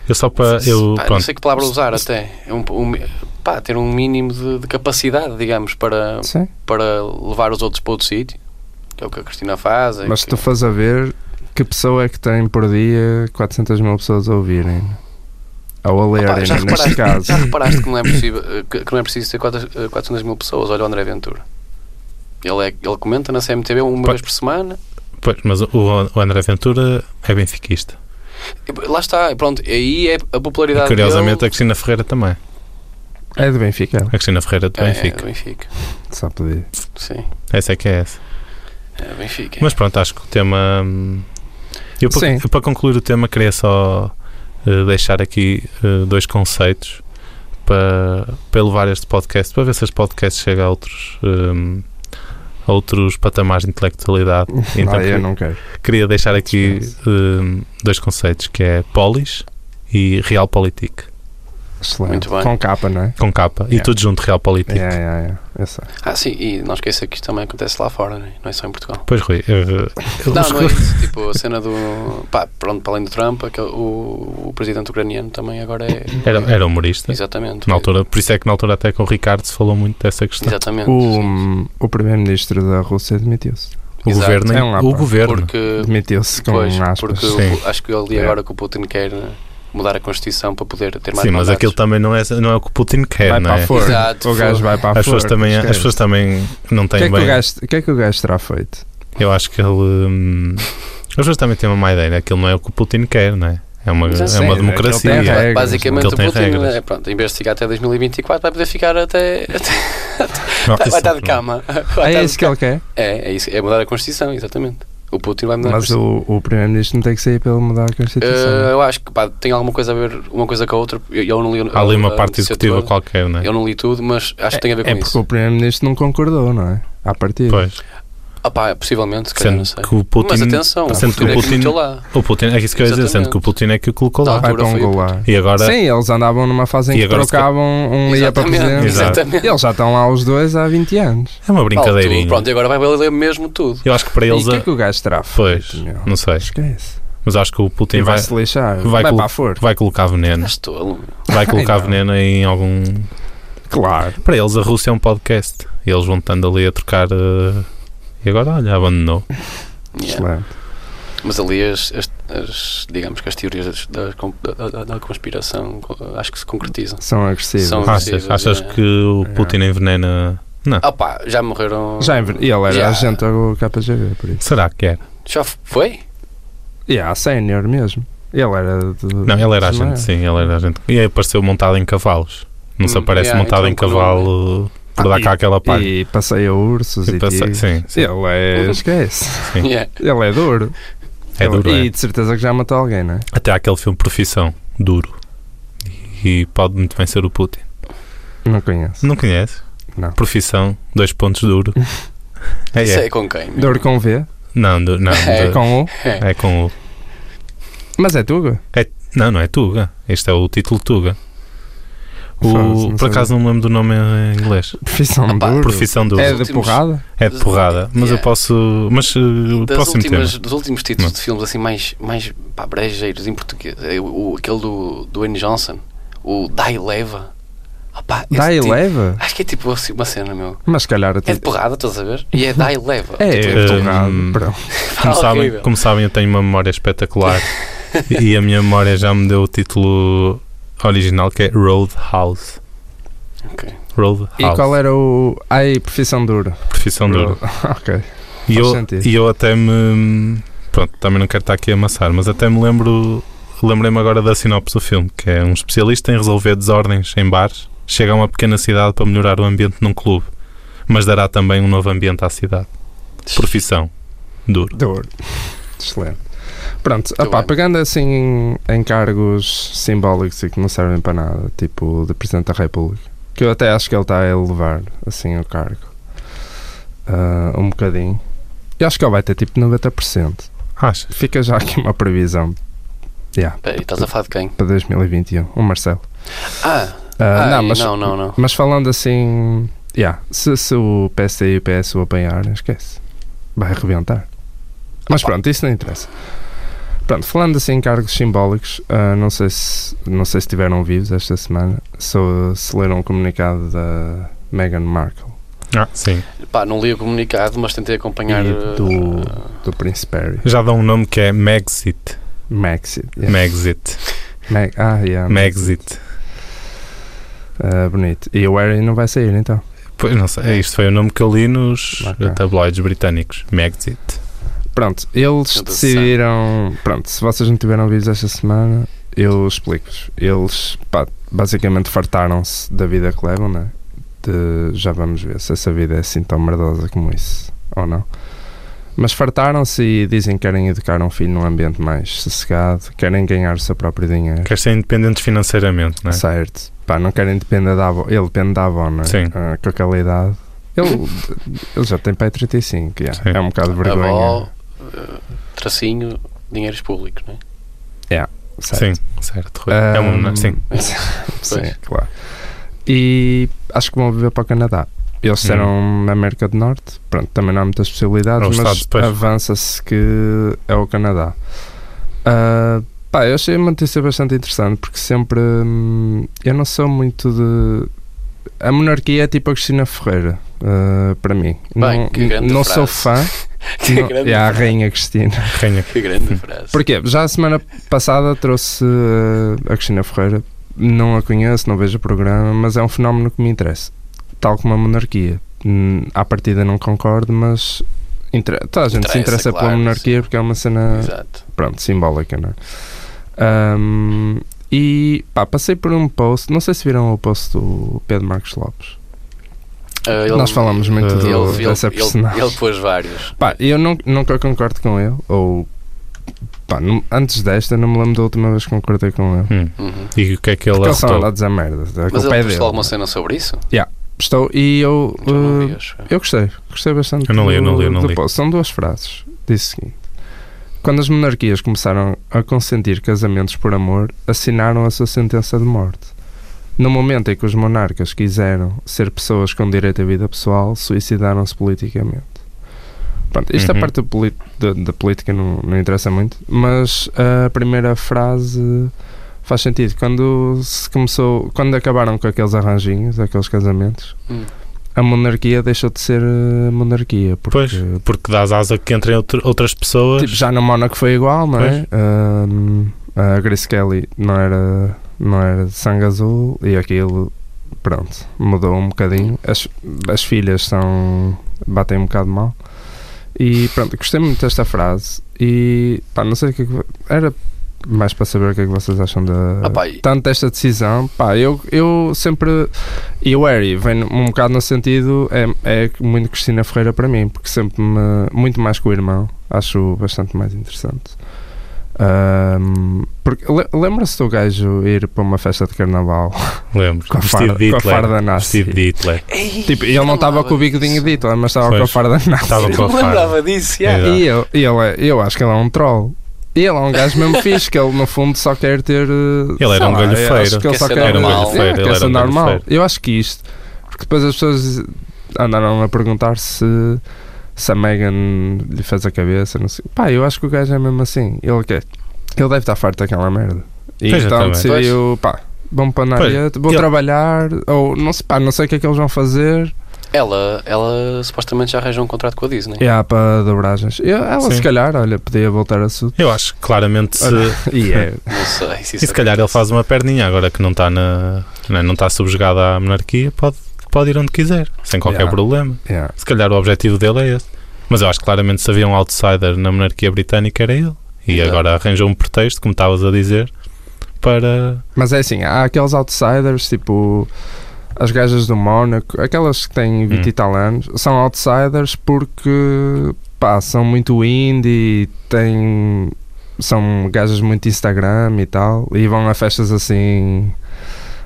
[SPEAKER 1] Eu só para. Eu,
[SPEAKER 3] Pá, Ah, não
[SPEAKER 1] pronto.
[SPEAKER 3] sei que palavra usar até. É Um, um, pá, ter um mínimo de, de capacidade, digamos, para,
[SPEAKER 2] Sim,
[SPEAKER 3] para levar os outros para outro sítio, que é o que a Cristina faz. é
[SPEAKER 2] mas se
[SPEAKER 3] que-
[SPEAKER 2] tu fores a ver que pessoa é que tem por dia 400 mil pessoas a ouvirem ou a
[SPEAKER 3] Opa,
[SPEAKER 2] lerem,
[SPEAKER 3] já,
[SPEAKER 2] neste
[SPEAKER 3] reparaste,
[SPEAKER 2] caso.
[SPEAKER 3] já reparaste que não é, possível, que, que não é preciso ter 400 400 mil pessoas? Olha o André Ventura. Ele, é- ele comenta na CMTV uma
[SPEAKER 1] Pá.
[SPEAKER 3] vez por semana.
[SPEAKER 1] Pois, mas o, o André Ventura é benfiquista.
[SPEAKER 3] E Lá está, e pronto. Aí é a
[SPEAKER 1] E
[SPEAKER 3] popularidade
[SPEAKER 1] curiosamente a
[SPEAKER 3] dele.
[SPEAKER 1] Cristina Ferreira também.
[SPEAKER 2] É do Benfica,
[SPEAKER 1] A Cristina Ferreira de
[SPEAKER 3] É, É,
[SPEAKER 1] Benfica.
[SPEAKER 3] do Benfica.
[SPEAKER 2] só pedir.
[SPEAKER 3] Sim,
[SPEAKER 1] Essa é que é essa.
[SPEAKER 3] é do Benfica.
[SPEAKER 1] Mas pronto, acho que o tema. hum, Eu para,
[SPEAKER 2] Sim.
[SPEAKER 1] eu para concluir o tema queria só eh, deixar aqui eh, dois conceitos para, para elevar este podcast, para ver se este podcast chega a outros, hum, a outros patamares de intelectualidade. Então,
[SPEAKER 2] não, eu
[SPEAKER 1] que-
[SPEAKER 2] não quero.
[SPEAKER 1] Queria deixar aqui
[SPEAKER 2] Dispensa.
[SPEAKER 1] hum, dois conceitos, que é polis e realpolitik,
[SPEAKER 2] Excelente.
[SPEAKER 3] Muito bem.
[SPEAKER 2] Com capa, não é?
[SPEAKER 1] com capa, e
[SPEAKER 2] Yeah.
[SPEAKER 1] tudo junto, realpolitik.
[SPEAKER 2] É, é, é. Eu sei.
[SPEAKER 3] Ah, sim, e não esqueça que isto também acontece lá fora, né? não é só em Portugal.
[SPEAKER 1] Pois, Rui, eh, os-
[SPEAKER 3] Não, não é isso. Tipo, a cena do. Pá, pronto, para além do Trump, aquele, o, o presidente ucraniano também agora é.
[SPEAKER 1] era, era humorista,
[SPEAKER 3] Exatamente.
[SPEAKER 1] na altura, por isso é que na altura até com o Ricardo se falou muito dessa questão.
[SPEAKER 3] Exatamente.
[SPEAKER 2] O, hum, o primeiro-ministro da Rússia demitiu-se.
[SPEAKER 1] O
[SPEAKER 3] Exato.
[SPEAKER 1] governo,
[SPEAKER 2] É um
[SPEAKER 1] o
[SPEAKER 2] lapa.
[SPEAKER 1] governo.
[SPEAKER 3] Porque.
[SPEAKER 2] Demitiu-se com
[SPEAKER 3] Pois,
[SPEAKER 2] aspas.
[SPEAKER 3] porque
[SPEAKER 1] Sim.
[SPEAKER 3] o- acho que eu li
[SPEAKER 2] É.
[SPEAKER 3] agora que o Putin quer mudar a Constituição para poder ter mais
[SPEAKER 1] Sim, mas
[SPEAKER 3] mandatos.
[SPEAKER 1] aquilo também não é, não é o que o Putin quer,
[SPEAKER 2] vai
[SPEAKER 1] não
[SPEAKER 2] para
[SPEAKER 1] é?
[SPEAKER 2] a força.
[SPEAKER 3] Exato,
[SPEAKER 2] o gajo
[SPEAKER 3] forno.
[SPEAKER 2] vai para a
[SPEAKER 1] As pessoas,
[SPEAKER 2] força,
[SPEAKER 1] também, as
[SPEAKER 2] esquece.
[SPEAKER 1] pessoas também não
[SPEAKER 2] O que,
[SPEAKER 1] têm
[SPEAKER 2] é que
[SPEAKER 1] bem.
[SPEAKER 2] o gajo, o que é que o gajo terá feito?
[SPEAKER 1] Eu acho que ele. hum, as pessoas também têm uma má ideia, né? aquilo não é o que o Putin quer, não é? É uma,
[SPEAKER 3] Mas
[SPEAKER 1] é
[SPEAKER 3] assim,
[SPEAKER 1] uma
[SPEAKER 2] aquilo né? tem
[SPEAKER 1] democracia.
[SPEAKER 2] regras, não é?
[SPEAKER 3] Basicamente, o
[SPEAKER 1] Aquilo tem
[SPEAKER 3] Putin,
[SPEAKER 1] regras.
[SPEAKER 3] é, pronto, em vez de ficar até 2024, vai poder ficar até.
[SPEAKER 1] Não,
[SPEAKER 3] vai
[SPEAKER 1] isso
[SPEAKER 3] estar
[SPEAKER 1] não-
[SPEAKER 3] de cama.
[SPEAKER 2] Ah,
[SPEAKER 3] Vai estar
[SPEAKER 2] é
[SPEAKER 3] de
[SPEAKER 2] isso que ele quer?
[SPEAKER 3] É, é isso. É mudar a Constituição, exatamente. O Putin vai mudar a
[SPEAKER 2] Mas
[SPEAKER 3] Constituição.
[SPEAKER 2] o, o Primeiro-Ministro não tem que sair para ele mudar a
[SPEAKER 3] Eh,
[SPEAKER 1] é
[SPEAKER 2] Constituição.
[SPEAKER 3] eu acho que pá, tem alguma coisa a ver uma coisa com a outra. Eu, eu não li
[SPEAKER 1] Há ali
[SPEAKER 3] a-
[SPEAKER 1] uma
[SPEAKER 3] a
[SPEAKER 1] parte
[SPEAKER 3] notícia
[SPEAKER 1] executiva
[SPEAKER 3] toda.
[SPEAKER 1] qualquer, não é?
[SPEAKER 3] Eu não li tudo, mas acho que tem a ver com
[SPEAKER 2] é porque
[SPEAKER 3] isso.
[SPEAKER 2] o Primeiro-Ministro não concordou, não é? À partida.
[SPEAKER 1] Pois.
[SPEAKER 3] Ah, pá, possivelmente, se calhar,
[SPEAKER 1] Sendo
[SPEAKER 3] não sei.
[SPEAKER 1] que o Putin.
[SPEAKER 3] mas atenção, o
[SPEAKER 1] sendo
[SPEAKER 3] Putin,
[SPEAKER 1] que o
[SPEAKER 3] é que
[SPEAKER 1] Putin,
[SPEAKER 3] meteu lá. Tá.
[SPEAKER 1] o Putin. É isso que eu ia dizer, sendo que o Putin é que o colocou lá.
[SPEAKER 3] Exatamente.
[SPEAKER 2] Vai para um
[SPEAKER 3] Foi o
[SPEAKER 2] gular.
[SPEAKER 1] E agora.
[SPEAKER 2] Sim, eles andavam numa fase em
[SPEAKER 1] E
[SPEAKER 2] que
[SPEAKER 1] agora se ca-
[SPEAKER 2] trocavam um dia para
[SPEAKER 3] Exatamente,
[SPEAKER 2] presidente.
[SPEAKER 1] Exato.
[SPEAKER 3] exatamente.
[SPEAKER 2] Eles já estão lá os dois há 20 anos.
[SPEAKER 1] É uma
[SPEAKER 3] Fala tudo.
[SPEAKER 1] brincadeirinha.
[SPEAKER 3] Pronto, e agora vai valer mesmo tudo.
[SPEAKER 1] Eu acho que para eles.
[SPEAKER 2] e o que é
[SPEAKER 1] a-
[SPEAKER 2] que o gajo terá feito?
[SPEAKER 1] Pois,
[SPEAKER 2] meu?
[SPEAKER 1] não sei.
[SPEAKER 2] Esquece.
[SPEAKER 1] Mas acho que o Putin
[SPEAKER 2] e
[SPEAKER 1] vai,
[SPEAKER 2] vai se lixar.
[SPEAKER 1] vai
[SPEAKER 2] Vai,
[SPEAKER 1] colo-
[SPEAKER 2] para a força.
[SPEAKER 1] vai colocar veneno.
[SPEAKER 3] Estás tolo.
[SPEAKER 1] Vai colocar
[SPEAKER 2] Ai, não.
[SPEAKER 1] veneno em algum.
[SPEAKER 2] Claro.
[SPEAKER 1] Para eles, a Rússia é um podcast. E eles vão estando ali a trocar. eh, E agora, olha, abandonou.
[SPEAKER 3] Yeah.
[SPEAKER 2] Excelente.
[SPEAKER 3] Mas ali, as, as- as- digamos que as teorias da, da- da- da conspiração co- acho que se concretizam.
[SPEAKER 2] São agressivos.
[SPEAKER 3] São-
[SPEAKER 1] Achas,
[SPEAKER 3] possível,
[SPEAKER 1] achas
[SPEAKER 3] é.
[SPEAKER 1] que o Putin envenena.
[SPEAKER 3] Ah, pá, já morreram.
[SPEAKER 2] Já enver... e Ele era
[SPEAKER 3] Já.
[SPEAKER 2] agente do KGB, por isso.
[SPEAKER 1] Será que é? era?
[SPEAKER 3] Já f- foi?
[SPEAKER 2] E há sénior mesmo. Ele era de...
[SPEAKER 1] Não, ele era
[SPEAKER 2] de-
[SPEAKER 1] agente, sim, ele era agente. E aí apareceu montado em cavalos. Não se
[SPEAKER 3] Hum,
[SPEAKER 1] aparece
[SPEAKER 3] yeah,
[SPEAKER 1] montado
[SPEAKER 3] então
[SPEAKER 1] em
[SPEAKER 3] que não,
[SPEAKER 1] cavalo por
[SPEAKER 2] Ah,
[SPEAKER 1] dar
[SPEAKER 2] e-
[SPEAKER 1] cá aquela parte. Tipo,
[SPEAKER 2] E passeia ursos
[SPEAKER 1] Sim,
[SPEAKER 2] e, tigres.
[SPEAKER 1] sim, sim.
[SPEAKER 2] Ele
[SPEAKER 3] Uhum.
[SPEAKER 2] é... Esquece.
[SPEAKER 1] Sim.
[SPEAKER 3] Yeah.
[SPEAKER 2] Ele é duro.
[SPEAKER 1] É
[SPEAKER 2] Ele-
[SPEAKER 1] duro,
[SPEAKER 2] E
[SPEAKER 1] é.
[SPEAKER 2] de certeza que já matou alguém, não é?
[SPEAKER 1] Até aquele filme Profissão, duro. E pode muito bem ser o Putin.
[SPEAKER 2] Não conheço.
[SPEAKER 1] Não conhece?
[SPEAKER 2] Não.
[SPEAKER 1] Profissão, dois pontos duro. é,
[SPEAKER 3] Isso
[SPEAKER 1] é.
[SPEAKER 3] é com quem?
[SPEAKER 2] Duro com V?
[SPEAKER 1] Não, du- não,
[SPEAKER 3] É
[SPEAKER 1] du-
[SPEAKER 2] Com U?
[SPEAKER 1] é com o.
[SPEAKER 2] Mas é Tuga?
[SPEAKER 1] Não, não é Tuga. Este é o título Tuga.
[SPEAKER 2] Foda-se,
[SPEAKER 1] O,
[SPEAKER 2] não
[SPEAKER 1] por acaso não me lembro do nome em inglês.
[SPEAKER 2] Profissão
[SPEAKER 3] Ah pá,
[SPEAKER 2] duro.
[SPEAKER 1] Profissão duro.
[SPEAKER 2] É
[SPEAKER 1] É,
[SPEAKER 2] de
[SPEAKER 3] Últimos-
[SPEAKER 2] porrada?
[SPEAKER 1] de porrada. Mas eu
[SPEAKER 3] Yeah.
[SPEAKER 1] posso. Mas uh, o
[SPEAKER 3] das
[SPEAKER 1] próximo tema.
[SPEAKER 3] últimas, Dos últimos títulos
[SPEAKER 1] Não.
[SPEAKER 3] de filmes assim mais, mais pá, brejeiros em português, é o, o- aquele do, do N. Johnson, o Dai Leva. Ah pá, esse
[SPEAKER 2] Dá e
[SPEAKER 3] título-
[SPEAKER 2] leva?
[SPEAKER 3] Acho que é tipo assim uma cena, meu.
[SPEAKER 2] Mas se calhar...
[SPEAKER 3] É de porrada, estás a ver? E é Dai Leva.
[SPEAKER 2] É,
[SPEAKER 1] Tipo,
[SPEAKER 2] é porrada.
[SPEAKER 1] hum,
[SPEAKER 2] Pronto.
[SPEAKER 1] Como
[SPEAKER 3] Ah,
[SPEAKER 1] sabem,
[SPEAKER 3] horrível.
[SPEAKER 1] como sabem, eu tenho uma memória espetacular e a minha memória já me deu o título original que é Roadhouse.
[SPEAKER 3] Ok.
[SPEAKER 1] Roadhouse.
[SPEAKER 2] E qual era o... Ai, profissão dura.
[SPEAKER 1] Profissão dura.
[SPEAKER 2] ok.
[SPEAKER 1] E
[SPEAKER 2] faz
[SPEAKER 1] eu,
[SPEAKER 2] sentido.
[SPEAKER 1] e eu até me. Pronto, também não quero estar aqui a amassar, mas até me lembro. Lembrei-me agora da sinopse do filme, que é um especialista em resolver desordens em bares, chega a uma pequena cidade para melhorar o ambiente num clube, mas dará também um novo ambiente à cidade. Profissão. Duro.
[SPEAKER 2] Duro. Excelente. Pronto,
[SPEAKER 3] Muito
[SPEAKER 2] opá,
[SPEAKER 3] bem.
[SPEAKER 2] pegando assim em, em cargos simbólicos e que não servem para nada, tipo o de Presidente da República, que eu até acho que ele está a elevar assim o cargo ah, um bocadinho. Eu acho que ele vai ter tipo 90%.
[SPEAKER 1] Acha?
[SPEAKER 2] Fica já aqui uma previsão yeah,
[SPEAKER 3] Peraí, estás a falar de quem?
[SPEAKER 2] para 2021. O um. Marcelo.
[SPEAKER 3] Ah,
[SPEAKER 2] Ah,
[SPEAKER 3] ai,
[SPEAKER 2] não, mas,
[SPEAKER 3] não, não, não.
[SPEAKER 2] mas falando assim, yeah, se, se o PSD e o PS o apanharem, esquece. Vai arrebentar. Mas pronto, isso não interessa. Pronto, falando assim em cargos simbólicos, ah, não, sei se, não sei se tiveram vivos esta semana, se, se leram o comunicado da Meghan Markle,
[SPEAKER 1] Ah, sim.
[SPEAKER 3] Pá, não li o comunicado, mas tentei acompanhar.
[SPEAKER 2] E
[SPEAKER 3] eh,
[SPEAKER 2] do- do Príncipe Harry.
[SPEAKER 1] Já dá um nome que é Megxit.
[SPEAKER 2] Maxit. Yeah.
[SPEAKER 1] Megxit.
[SPEAKER 2] Meg, ah, yeah,
[SPEAKER 1] Megxit.
[SPEAKER 2] Ah, bonito. E o Harry não vai sair então.
[SPEAKER 1] Pois não sei, isto foi o nome que eu li nos
[SPEAKER 2] Ok.
[SPEAKER 1] tabloides britânicos. Megxit.
[SPEAKER 2] Pronto, eles
[SPEAKER 3] Interessante.
[SPEAKER 2] decidiram. Pronto, se vocês não tiveram vídeos esta semana, eu explico-vos. Eles pá, basicamente fartaram-se da vida que levam, né? De, já vamos ver se essa vida é assim tão merdosa como isso ou não. Mas fartaram-se e dizem que querem educar um filho num ambiente mais sossegado, querem ganhar o seu próprio dinheiro.
[SPEAKER 1] Quer ser independentes financeiramente, não é?
[SPEAKER 2] Certo. Pá, não querem depender da avó. Ele depende da avó, não é?
[SPEAKER 1] Sim.
[SPEAKER 2] Ah, com aquela idade. Ele, ele já tem pai 35, yeah.
[SPEAKER 1] Sim.
[SPEAKER 2] é um bocado de vergonha.
[SPEAKER 3] Avó, eh, tracinho, dinheiros públicos, não é?
[SPEAKER 2] certo.
[SPEAKER 1] Sim, certo. Rui. É um,
[SPEAKER 2] Ahm,
[SPEAKER 1] nome- sim.
[SPEAKER 2] Sim, claro. E acho que vão viver para o Canadá. Eles
[SPEAKER 3] Hum.
[SPEAKER 2] serão na América do Norte, pronto, também não há muitas possibilidades,
[SPEAKER 1] Aos Estados,
[SPEAKER 2] mas
[SPEAKER 1] pois.
[SPEAKER 2] avança-se que é o Canadá. Ah, pá, eu achei uma notícia bastante interessante porque sempre hum, eu não sou muito de. A monarquia é tipo a Cristina Ferreira, ah, para mim.
[SPEAKER 3] Bem,
[SPEAKER 2] não
[SPEAKER 3] que grande
[SPEAKER 2] não sou
[SPEAKER 3] frase.
[SPEAKER 2] fã,
[SPEAKER 3] Que grande
[SPEAKER 2] e a
[SPEAKER 3] frase.
[SPEAKER 2] Rainha Cristina.
[SPEAKER 1] Rainha.
[SPEAKER 3] Que grande frase.
[SPEAKER 2] Porquê? Já a semana passada trouxe uh, a Cristina Ferreira. Não a conheço, não vejo o programa, mas é um fenómeno que me interessa. Tal como a monarquia. Hum, À partida não concordo, mas inter- toda a gente se
[SPEAKER 3] Interessa,
[SPEAKER 2] interessa pela
[SPEAKER 3] claro,
[SPEAKER 2] monarquia porque é uma cena
[SPEAKER 3] Exato.
[SPEAKER 2] pronto, simbólica, não é? Ahm, e pá, passei por um post, não sei se viram o post do Pedro Marcos Lopes.
[SPEAKER 3] Ah, ele-
[SPEAKER 2] Nós falamos muito
[SPEAKER 1] ele-
[SPEAKER 2] do,
[SPEAKER 3] ele, ele,
[SPEAKER 2] dessa personagem.
[SPEAKER 3] ele, ele pôs vários.
[SPEAKER 2] Pá, eu nun- nunca concordo com ele, ou pá, nu- antes desta, não me lembro da última vez que concordei com ele.
[SPEAKER 1] Hum.
[SPEAKER 3] Uhum.
[SPEAKER 1] E o que é que ele
[SPEAKER 2] Porque eles são
[SPEAKER 1] arrotou?
[SPEAKER 2] lá a merda, a
[SPEAKER 3] Mas
[SPEAKER 2] culpa é
[SPEAKER 3] ele postou
[SPEAKER 2] dele.
[SPEAKER 3] alguma cena sobre isso?
[SPEAKER 2] Estou, e eu,
[SPEAKER 3] Já não
[SPEAKER 2] uh,
[SPEAKER 3] vi, acho. eu.
[SPEAKER 2] Eu gostei, gostei bastante.
[SPEAKER 1] Eu não li, eu não li, eu não
[SPEAKER 2] do
[SPEAKER 1] li.
[SPEAKER 2] post. São duas frases. Diz o seguinte: Quando as monarquias começaram a consentir casamentos por amor, assinaram a sua sentença de morte. No momento em que os monarcas quiseram ser pessoas com direito à vida pessoal, suicidaram-se politicamente. Pronto, isto
[SPEAKER 1] Uhum.
[SPEAKER 2] a parte do poli- da, da política não, não interessa muito, mas a primeira frase faz sentido. Quando se começou, quando acabaram com aqueles arranjinhos, aqueles casamentos,
[SPEAKER 3] Hum.
[SPEAKER 2] a monarquia deixou de ser eh, monarquia. Porque,
[SPEAKER 1] Pois, porque dás asa que entrem outro- outras pessoas.
[SPEAKER 2] Tipo, já na Mónaco foi igual, não é? Ahm, a Grace Kelly não era, não era de sangue azul e aquilo, pronto, mudou um bocadinho. As, as filhas são. batem um bocado mal. E pronto, gostei muito desta frase. E pá, não sei o que é que. vo- Era mais para saber o que é que vocês acham da.
[SPEAKER 3] Ah, pá, e-
[SPEAKER 2] tanto desta decisão. Pá, eu, eu sempre. E o Harry vem um bocado no sentido. É, é muito Cristina Ferreira para mim, porque sempre me. Muito mais que o irmão. Acho bastante mais interessante. Ahm, porque le- lembra-se do gajo ir para uma festa de carnaval
[SPEAKER 1] Lembro.
[SPEAKER 2] com a
[SPEAKER 1] Vestido
[SPEAKER 2] farda,
[SPEAKER 1] de
[SPEAKER 2] com a
[SPEAKER 1] Hitler.
[SPEAKER 2] farda nazi?
[SPEAKER 1] Vestido de Hitler.
[SPEAKER 2] Tipo, ele não estava com o bigodinho de Hitler, mas estava com a
[SPEAKER 1] Pois.
[SPEAKER 2] farda nazi.
[SPEAKER 1] Estava
[SPEAKER 3] Eu
[SPEAKER 1] com a
[SPEAKER 3] não
[SPEAKER 1] farda.
[SPEAKER 3] lembrava disso, yeah.
[SPEAKER 1] Exato.
[SPEAKER 2] É, E eu, e ele é- eu acho que ele é um troll. E ele é um gajo mesmo fixe, que ele no fundo só quer ter. Ele
[SPEAKER 1] era um galhofeiro.
[SPEAKER 2] Que ele
[SPEAKER 3] Quer
[SPEAKER 2] só
[SPEAKER 3] ser
[SPEAKER 2] quer
[SPEAKER 3] normal.
[SPEAKER 1] Ele era
[SPEAKER 2] Yeah,
[SPEAKER 1] um
[SPEAKER 2] quer ser
[SPEAKER 1] galhofeiro.
[SPEAKER 2] normal. Eu acho que isto. Porque depois as pessoas andaram a perguntar se, se a Megan lhe fez a cabeça. Não sei. Pá, eu acho que o gajo é mesmo assim. Ele quer. Ele deve estar farto daquela merda. E
[SPEAKER 1] Pois, eu
[SPEAKER 2] então
[SPEAKER 1] também.
[SPEAKER 2] decidiu, pá, vão para a
[SPEAKER 1] Pois,
[SPEAKER 2] net, vou
[SPEAKER 1] ele-
[SPEAKER 2] trabalhar, ou não sei, pá, não sei o que é que eles vão fazer.
[SPEAKER 3] Ela, ela supostamente já arranjou um contrato com a Disney.
[SPEAKER 2] E há para dobragens. Eu- Ela,
[SPEAKER 1] Sim.
[SPEAKER 2] se calhar, olha, podia voltar a su
[SPEAKER 1] Eu acho que claramente se,
[SPEAKER 2] Olha, E é.
[SPEAKER 3] Não sei se isso
[SPEAKER 1] e se calhar ele faz uma perninha agora que não está na, não é, não está subjugado à monarquia, pode, pode ir onde quiser, sem qualquer
[SPEAKER 2] Yeah.
[SPEAKER 1] problema.
[SPEAKER 2] yeah.
[SPEAKER 1] Se calhar o objetivo dele é esse. Mas eu acho que claramente se havia um outsider na monarquia britânica era ele. E
[SPEAKER 3] Exato.
[SPEAKER 1] agora arranjou um pretexto, como estavas a dizer, para.
[SPEAKER 2] Mas é assim, há aqueles outsiders, tipo as gajas do Mónaco, aquelas que têm 20
[SPEAKER 1] Hum.
[SPEAKER 2] e tal anos, são outsiders porque pá, são muito indie, têm, são gajas muito Instagram e tal, e vão a festas assim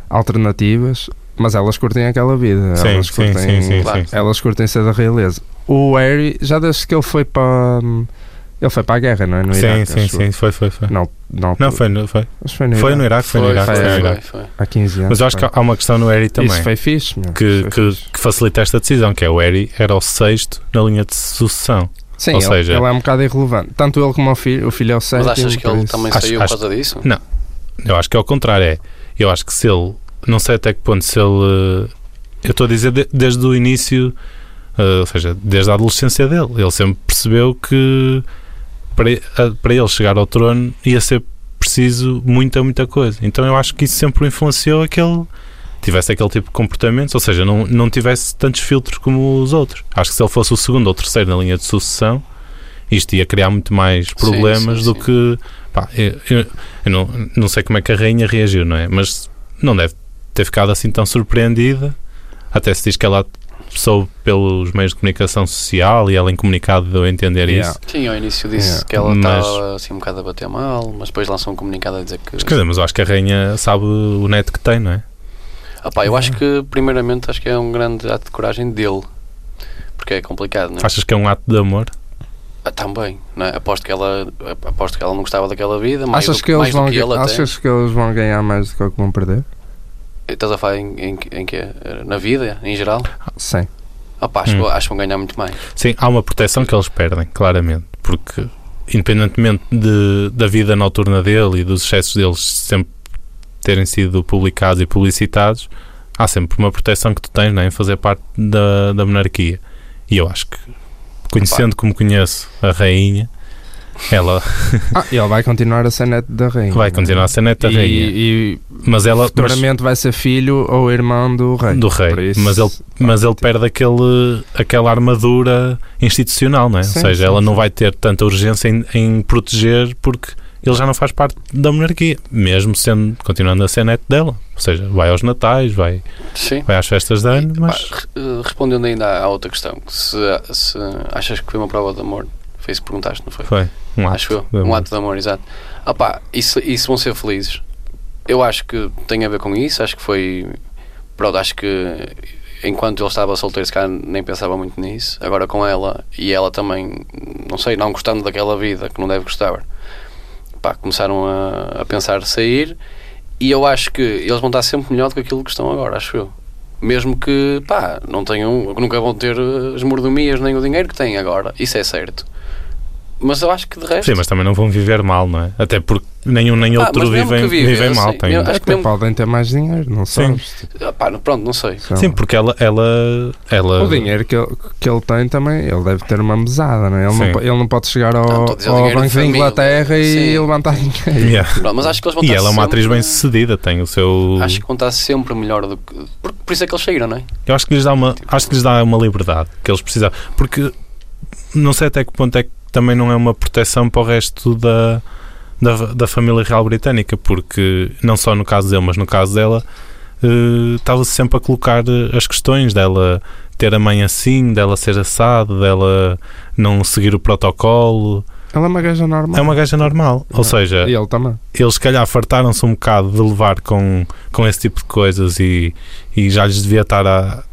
[SPEAKER 2] alternativas, mas elas curtem aquela vida.
[SPEAKER 1] Sim,
[SPEAKER 2] elas
[SPEAKER 1] sim, sim, sim,
[SPEAKER 3] claro.
[SPEAKER 1] sim.
[SPEAKER 2] Elas curtem ser da realeza. O Harry, já desde que ele foi para. Ele foi para a guerra, não é? No
[SPEAKER 1] Sim,
[SPEAKER 2] Iraque,
[SPEAKER 1] sim,
[SPEAKER 2] acho eu.
[SPEAKER 1] sim, foi, foi, foi.
[SPEAKER 2] Não, não,
[SPEAKER 1] Não, foi, no- foi.
[SPEAKER 2] acho que foi no
[SPEAKER 1] Foi no Iraque,
[SPEAKER 2] Iraque,
[SPEAKER 1] foi no
[SPEAKER 3] Foi,
[SPEAKER 1] Iraque. foi no
[SPEAKER 3] foi,
[SPEAKER 1] Iraque.
[SPEAKER 3] foi, foi.
[SPEAKER 2] há 15 anos.
[SPEAKER 1] Mas eu acho que
[SPEAKER 2] foi.
[SPEAKER 1] há uma questão no Harry também.
[SPEAKER 2] Isso foi fixe, meu.
[SPEAKER 1] que,
[SPEAKER 2] Foi
[SPEAKER 1] que-
[SPEAKER 2] fixe.
[SPEAKER 1] que facilita esta decisão, que é o Harry era o sexto na linha de sucessão.
[SPEAKER 2] Sim,
[SPEAKER 1] ou
[SPEAKER 2] ele,
[SPEAKER 1] seja-
[SPEAKER 2] ele é um bocado irrelevante. Tanto ele como o filho, o filho é o
[SPEAKER 3] Mas
[SPEAKER 2] sétimo.
[SPEAKER 3] achas que
[SPEAKER 2] por
[SPEAKER 3] ele
[SPEAKER 2] isso.
[SPEAKER 3] também
[SPEAKER 1] Acho-
[SPEAKER 3] saiu por
[SPEAKER 1] acho-
[SPEAKER 3] causa disso?
[SPEAKER 1] Eu acho que é o contrário, é. Eu acho que se ele, não sei até que ponto, se ele, eh, eu estou a dizer de- desde o início, eh, ou seja, desde a adolescência dele, ele sempre percebeu que para, e- a- para ele chegar ao trono ia ser preciso muita, muita coisa. Então eu acho que isso sempre o influenciou a que ele tivesse aquele tipo de comportamentos, ou seja, não, não tivesse tantos filtros como os outros. Acho que se ele fosse o segundo ou terceiro na linha de sucessão, isto ia criar muito mais problemas
[SPEAKER 3] sim,
[SPEAKER 1] do
[SPEAKER 3] sim.
[SPEAKER 1] que. pá, eu, eu- eu não, não sei como é que a rainha reagiu, não é? Mas não deve ter ficado assim tão surpreendida. Até se diz que ela soube pelos meios de comunicação social e ela é em comunicado deu a entender
[SPEAKER 2] Yeah.
[SPEAKER 1] isso.
[SPEAKER 3] Sim, ao início disse
[SPEAKER 2] Yeah.
[SPEAKER 3] que ela
[SPEAKER 1] Mas-
[SPEAKER 3] estava assim um bocado a bater mal, mas depois lançou um comunicado a dizer que.
[SPEAKER 1] Mas, quer dizer, mas eu acho que a rainha sabe o neto que tem, não é?
[SPEAKER 3] Ah, pá, eu acho que, primeiramente, acho que é um grande ato de coragem dele. Porque é complicado, não é?
[SPEAKER 1] Achas que é um ato de amor?
[SPEAKER 3] Ah, Também, não é? Aposto que ela aposto que ela não gostava daquela vida, mais
[SPEAKER 2] Achas
[SPEAKER 3] do,
[SPEAKER 2] que, eles
[SPEAKER 3] mais do
[SPEAKER 2] vão,
[SPEAKER 3] que ele
[SPEAKER 2] ga-
[SPEAKER 3] até.
[SPEAKER 2] achas que eles vão ganhar mais do que o que vão perder?
[SPEAKER 3] Estás a falar em, em, em quê? Na vida, em geral?
[SPEAKER 2] Sim.
[SPEAKER 3] Ah, pá, acho,
[SPEAKER 1] Hum.
[SPEAKER 3] que- acho que vão ganhar muito mais.
[SPEAKER 1] Sim, há uma proteção que eles perdem, claramente, porque independentemente de- da vida noturna dele e dos excessos deles sempre terem sido publicados e publicitados, há sempre uma proteção que tu tens não é, em fazer parte da, da monarquia. E eu acho que Conhecendo como conheço a rainha, ela
[SPEAKER 2] Ah, ele vai continuar a ser neto da rainha. é?
[SPEAKER 1] vai continuar a ser neta da
[SPEAKER 2] E-
[SPEAKER 1] rainha.
[SPEAKER 2] E,
[SPEAKER 1] Mas ela mas-
[SPEAKER 2] futuramente vai ser filho ou irmão do rei.
[SPEAKER 1] do rei,
[SPEAKER 2] Por isso-
[SPEAKER 1] mas ele, mas ele perde aquele, aquela armadura institucional, não é?
[SPEAKER 2] Sim,
[SPEAKER 1] Ou seja,
[SPEAKER 2] sim,
[SPEAKER 1] ela não
[SPEAKER 2] sim.
[SPEAKER 1] vai ter tanta urgência em, em proteger porque ele já não faz parte da monarquia, mesmo sendo continuando a ser neto dela. Ou seja, vai aos natais, vai,
[SPEAKER 3] Sim.
[SPEAKER 1] vai às festas de ano,
[SPEAKER 3] E,
[SPEAKER 1] mas
[SPEAKER 3] pá, re- eh, respondendo ainda à outra questão, que se, se achas que foi uma prova de amor, foi isso que perguntaste, não foi?
[SPEAKER 1] foi um ato.
[SPEAKER 3] acho eu.
[SPEAKER 1] de
[SPEAKER 3] Um
[SPEAKER 1] amor.
[SPEAKER 3] ato de amor, exato. Ah pá, isso, isso vão ser felizes. Eu acho que tem a ver com isso. Acho que foi. Pronto, acho que enquanto ele estava solteiro, se calhar nem pensava muito nisso. Agora com ela e ela também, não sei, não gostando daquela vida que não deve gostar, pá, começaram a, a pensar sair. E eu acho que eles vão estar sempre melhor do que aquilo que estão agora, acho eu. Mesmo que, pá, não tenham, nunca vão ter eh, as mordomias nem o dinheiro que têm agora. Isso é certo. Mas eu acho que de resto.
[SPEAKER 1] Sim, mas também não vão viver mal, não é? Até porque nenhum nem
[SPEAKER 3] Ah,
[SPEAKER 1] outro
[SPEAKER 3] mas mesmo
[SPEAKER 1] vivem,
[SPEAKER 3] que vivem,
[SPEAKER 1] vivem mal.
[SPEAKER 3] assim,
[SPEAKER 1] têm-
[SPEAKER 3] eu- acho que
[SPEAKER 2] Até
[SPEAKER 3] mesmo-
[SPEAKER 2] podem ter mais dinheiro, não
[SPEAKER 1] Sim.
[SPEAKER 2] sabes?
[SPEAKER 3] Ah, pá, não- pronto, não sei.
[SPEAKER 2] Sei
[SPEAKER 1] Sim,
[SPEAKER 2] lá.
[SPEAKER 1] porque ela, ela, ela
[SPEAKER 2] O dinheiro que ele, que ele tem também, ele deve ter uma mesada, não é? Ele,
[SPEAKER 1] Sim.
[SPEAKER 2] não, po- ele não pode chegar ao,
[SPEAKER 3] Não, estou a dizer o
[SPEAKER 2] ao
[SPEAKER 3] dinheiro
[SPEAKER 2] Banco
[SPEAKER 3] de
[SPEAKER 2] da
[SPEAKER 3] família.
[SPEAKER 2] Inglaterra e
[SPEAKER 3] Sim.
[SPEAKER 2] levantar dinheiro.
[SPEAKER 1] Yeah.
[SPEAKER 3] Pronto, mas acho que eles vão
[SPEAKER 1] E
[SPEAKER 3] estar
[SPEAKER 1] ela é uma atriz
[SPEAKER 3] sempre-
[SPEAKER 1] bem sucedida, tem o seu.
[SPEAKER 3] Acho que vão estar sempre melhor do que. Por, por isso é que eles saíram, não é?
[SPEAKER 1] Eu acho que lhes dá uma, acho que lhes dá uma liberdade que eles precisam, porque não sei até que ponto é que também não é uma proteção para o resto da, da, da família real britânica, porque não só no caso dele, mas no caso dela, eh, estava-se sempre a colocar eh, as questões dela ter a mãe assim, dela ser assado, dela não seguir o protocolo.
[SPEAKER 2] Ela é uma gaja normal.
[SPEAKER 1] É uma gaja normal. Ou
[SPEAKER 2] Não.
[SPEAKER 1] seja,
[SPEAKER 2] E ele também.
[SPEAKER 1] eles se calhar fartaram-se um bocado de levar com, com esse tipo de coisas e, e já lhes devia estar a,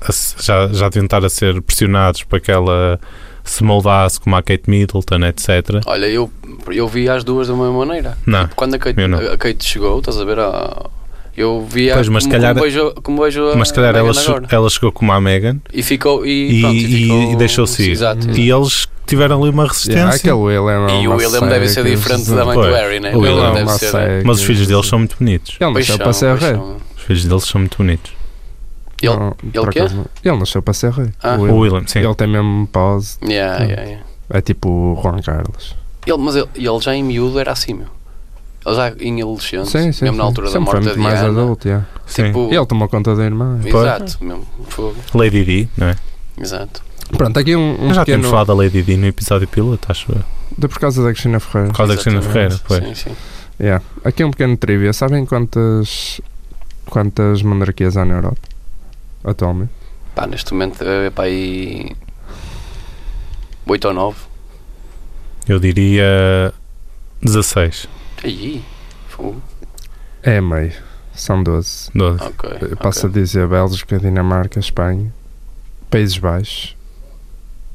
[SPEAKER 1] a se- já, já deviam estar a ser pressionados para que ela se moldasse como a Kate Middleton, etc.
[SPEAKER 3] Olha, eu, eu vi as duas da mesma maneira.
[SPEAKER 1] Não,
[SPEAKER 3] Quando a Kate,
[SPEAKER 1] Eu não.
[SPEAKER 3] a Kate chegou, estás a ver? a- eu vi a
[SPEAKER 1] Pois, mas se
[SPEAKER 3] como,
[SPEAKER 1] calhar-
[SPEAKER 3] como vejo, como vejo a
[SPEAKER 1] mas se calhar ela,
[SPEAKER 3] Meghan
[SPEAKER 1] che-
[SPEAKER 3] agora.
[SPEAKER 1] ela chegou como a Meghan
[SPEAKER 3] E ficou. E,
[SPEAKER 1] e,
[SPEAKER 3] pronto,
[SPEAKER 1] e-
[SPEAKER 3] ficou-
[SPEAKER 1] e deixou-se ir.
[SPEAKER 3] Exato.
[SPEAKER 1] E eles tiveram ali uma
[SPEAKER 2] Hum. Yeah,
[SPEAKER 1] resistência.
[SPEAKER 2] aquele William é
[SPEAKER 3] E o
[SPEAKER 2] uma
[SPEAKER 3] William deve ser
[SPEAKER 2] seca,
[SPEAKER 3] diferente
[SPEAKER 2] Jesus.
[SPEAKER 3] da mãe
[SPEAKER 1] Pois,
[SPEAKER 3] do Harry, né?
[SPEAKER 1] o William
[SPEAKER 2] Ele é
[SPEAKER 1] deve
[SPEAKER 2] uma seca.
[SPEAKER 1] mas os filhos deles são muito bonitos.
[SPEAKER 2] Ele nasceu é para ser
[SPEAKER 3] paixão.
[SPEAKER 2] rei.
[SPEAKER 1] Os filhos deles são muito bonitos.
[SPEAKER 3] Ele-
[SPEAKER 2] Não, por
[SPEAKER 3] quê?
[SPEAKER 2] acaso não. Ele nasceu para ser rei.
[SPEAKER 3] Ah.
[SPEAKER 2] O
[SPEAKER 1] O
[SPEAKER 2] William.
[SPEAKER 1] William, sim.
[SPEAKER 2] Ele tem mesmo pose.
[SPEAKER 3] Yeah, yeah, yeah.
[SPEAKER 2] É tipo o Juan Carlos.
[SPEAKER 3] Ele, mas ele, ele já em miúdo era assim, meu. Ele já em adolescente,
[SPEAKER 2] Sim, sim.
[SPEAKER 3] mesmo na
[SPEAKER 2] sim.
[SPEAKER 3] altura da
[SPEAKER 2] Sempre foi
[SPEAKER 3] morte da
[SPEAKER 2] muito mais
[SPEAKER 3] Diana.
[SPEAKER 2] adulto, yeah.
[SPEAKER 1] sim.
[SPEAKER 3] tipo,
[SPEAKER 2] Ele tomou conta da irmã.
[SPEAKER 3] Exato, mesmo. Fogo.
[SPEAKER 1] Lady Di, não é?
[SPEAKER 3] Exato.
[SPEAKER 2] Pronto, aqui um, um
[SPEAKER 1] já tínhamos
[SPEAKER 2] pequeno...
[SPEAKER 1] falado da Lady Di no episódio piloto, acho eu.
[SPEAKER 2] De, por causa da Cristina Ferreira.
[SPEAKER 1] Por causa da Cristina Ferreira,
[SPEAKER 3] Exatamente.
[SPEAKER 1] foi.
[SPEAKER 3] Sim, sim.
[SPEAKER 2] Yeah. Aqui um pequeno trivia. Sabem quantas quantas monarquias há na Europa atualmente?
[SPEAKER 3] Pá, neste momento deve haver para aí 8 ou 9.
[SPEAKER 1] Eu diria 16,
[SPEAKER 3] Aí. Fogo.
[SPEAKER 2] É meio. São 12.
[SPEAKER 1] 12.
[SPEAKER 3] Ok.
[SPEAKER 2] Eu
[SPEAKER 3] ok.
[SPEAKER 2] Eh, Passo a dizer Bélgica, Dinamarca, Espanha, Países Baixos,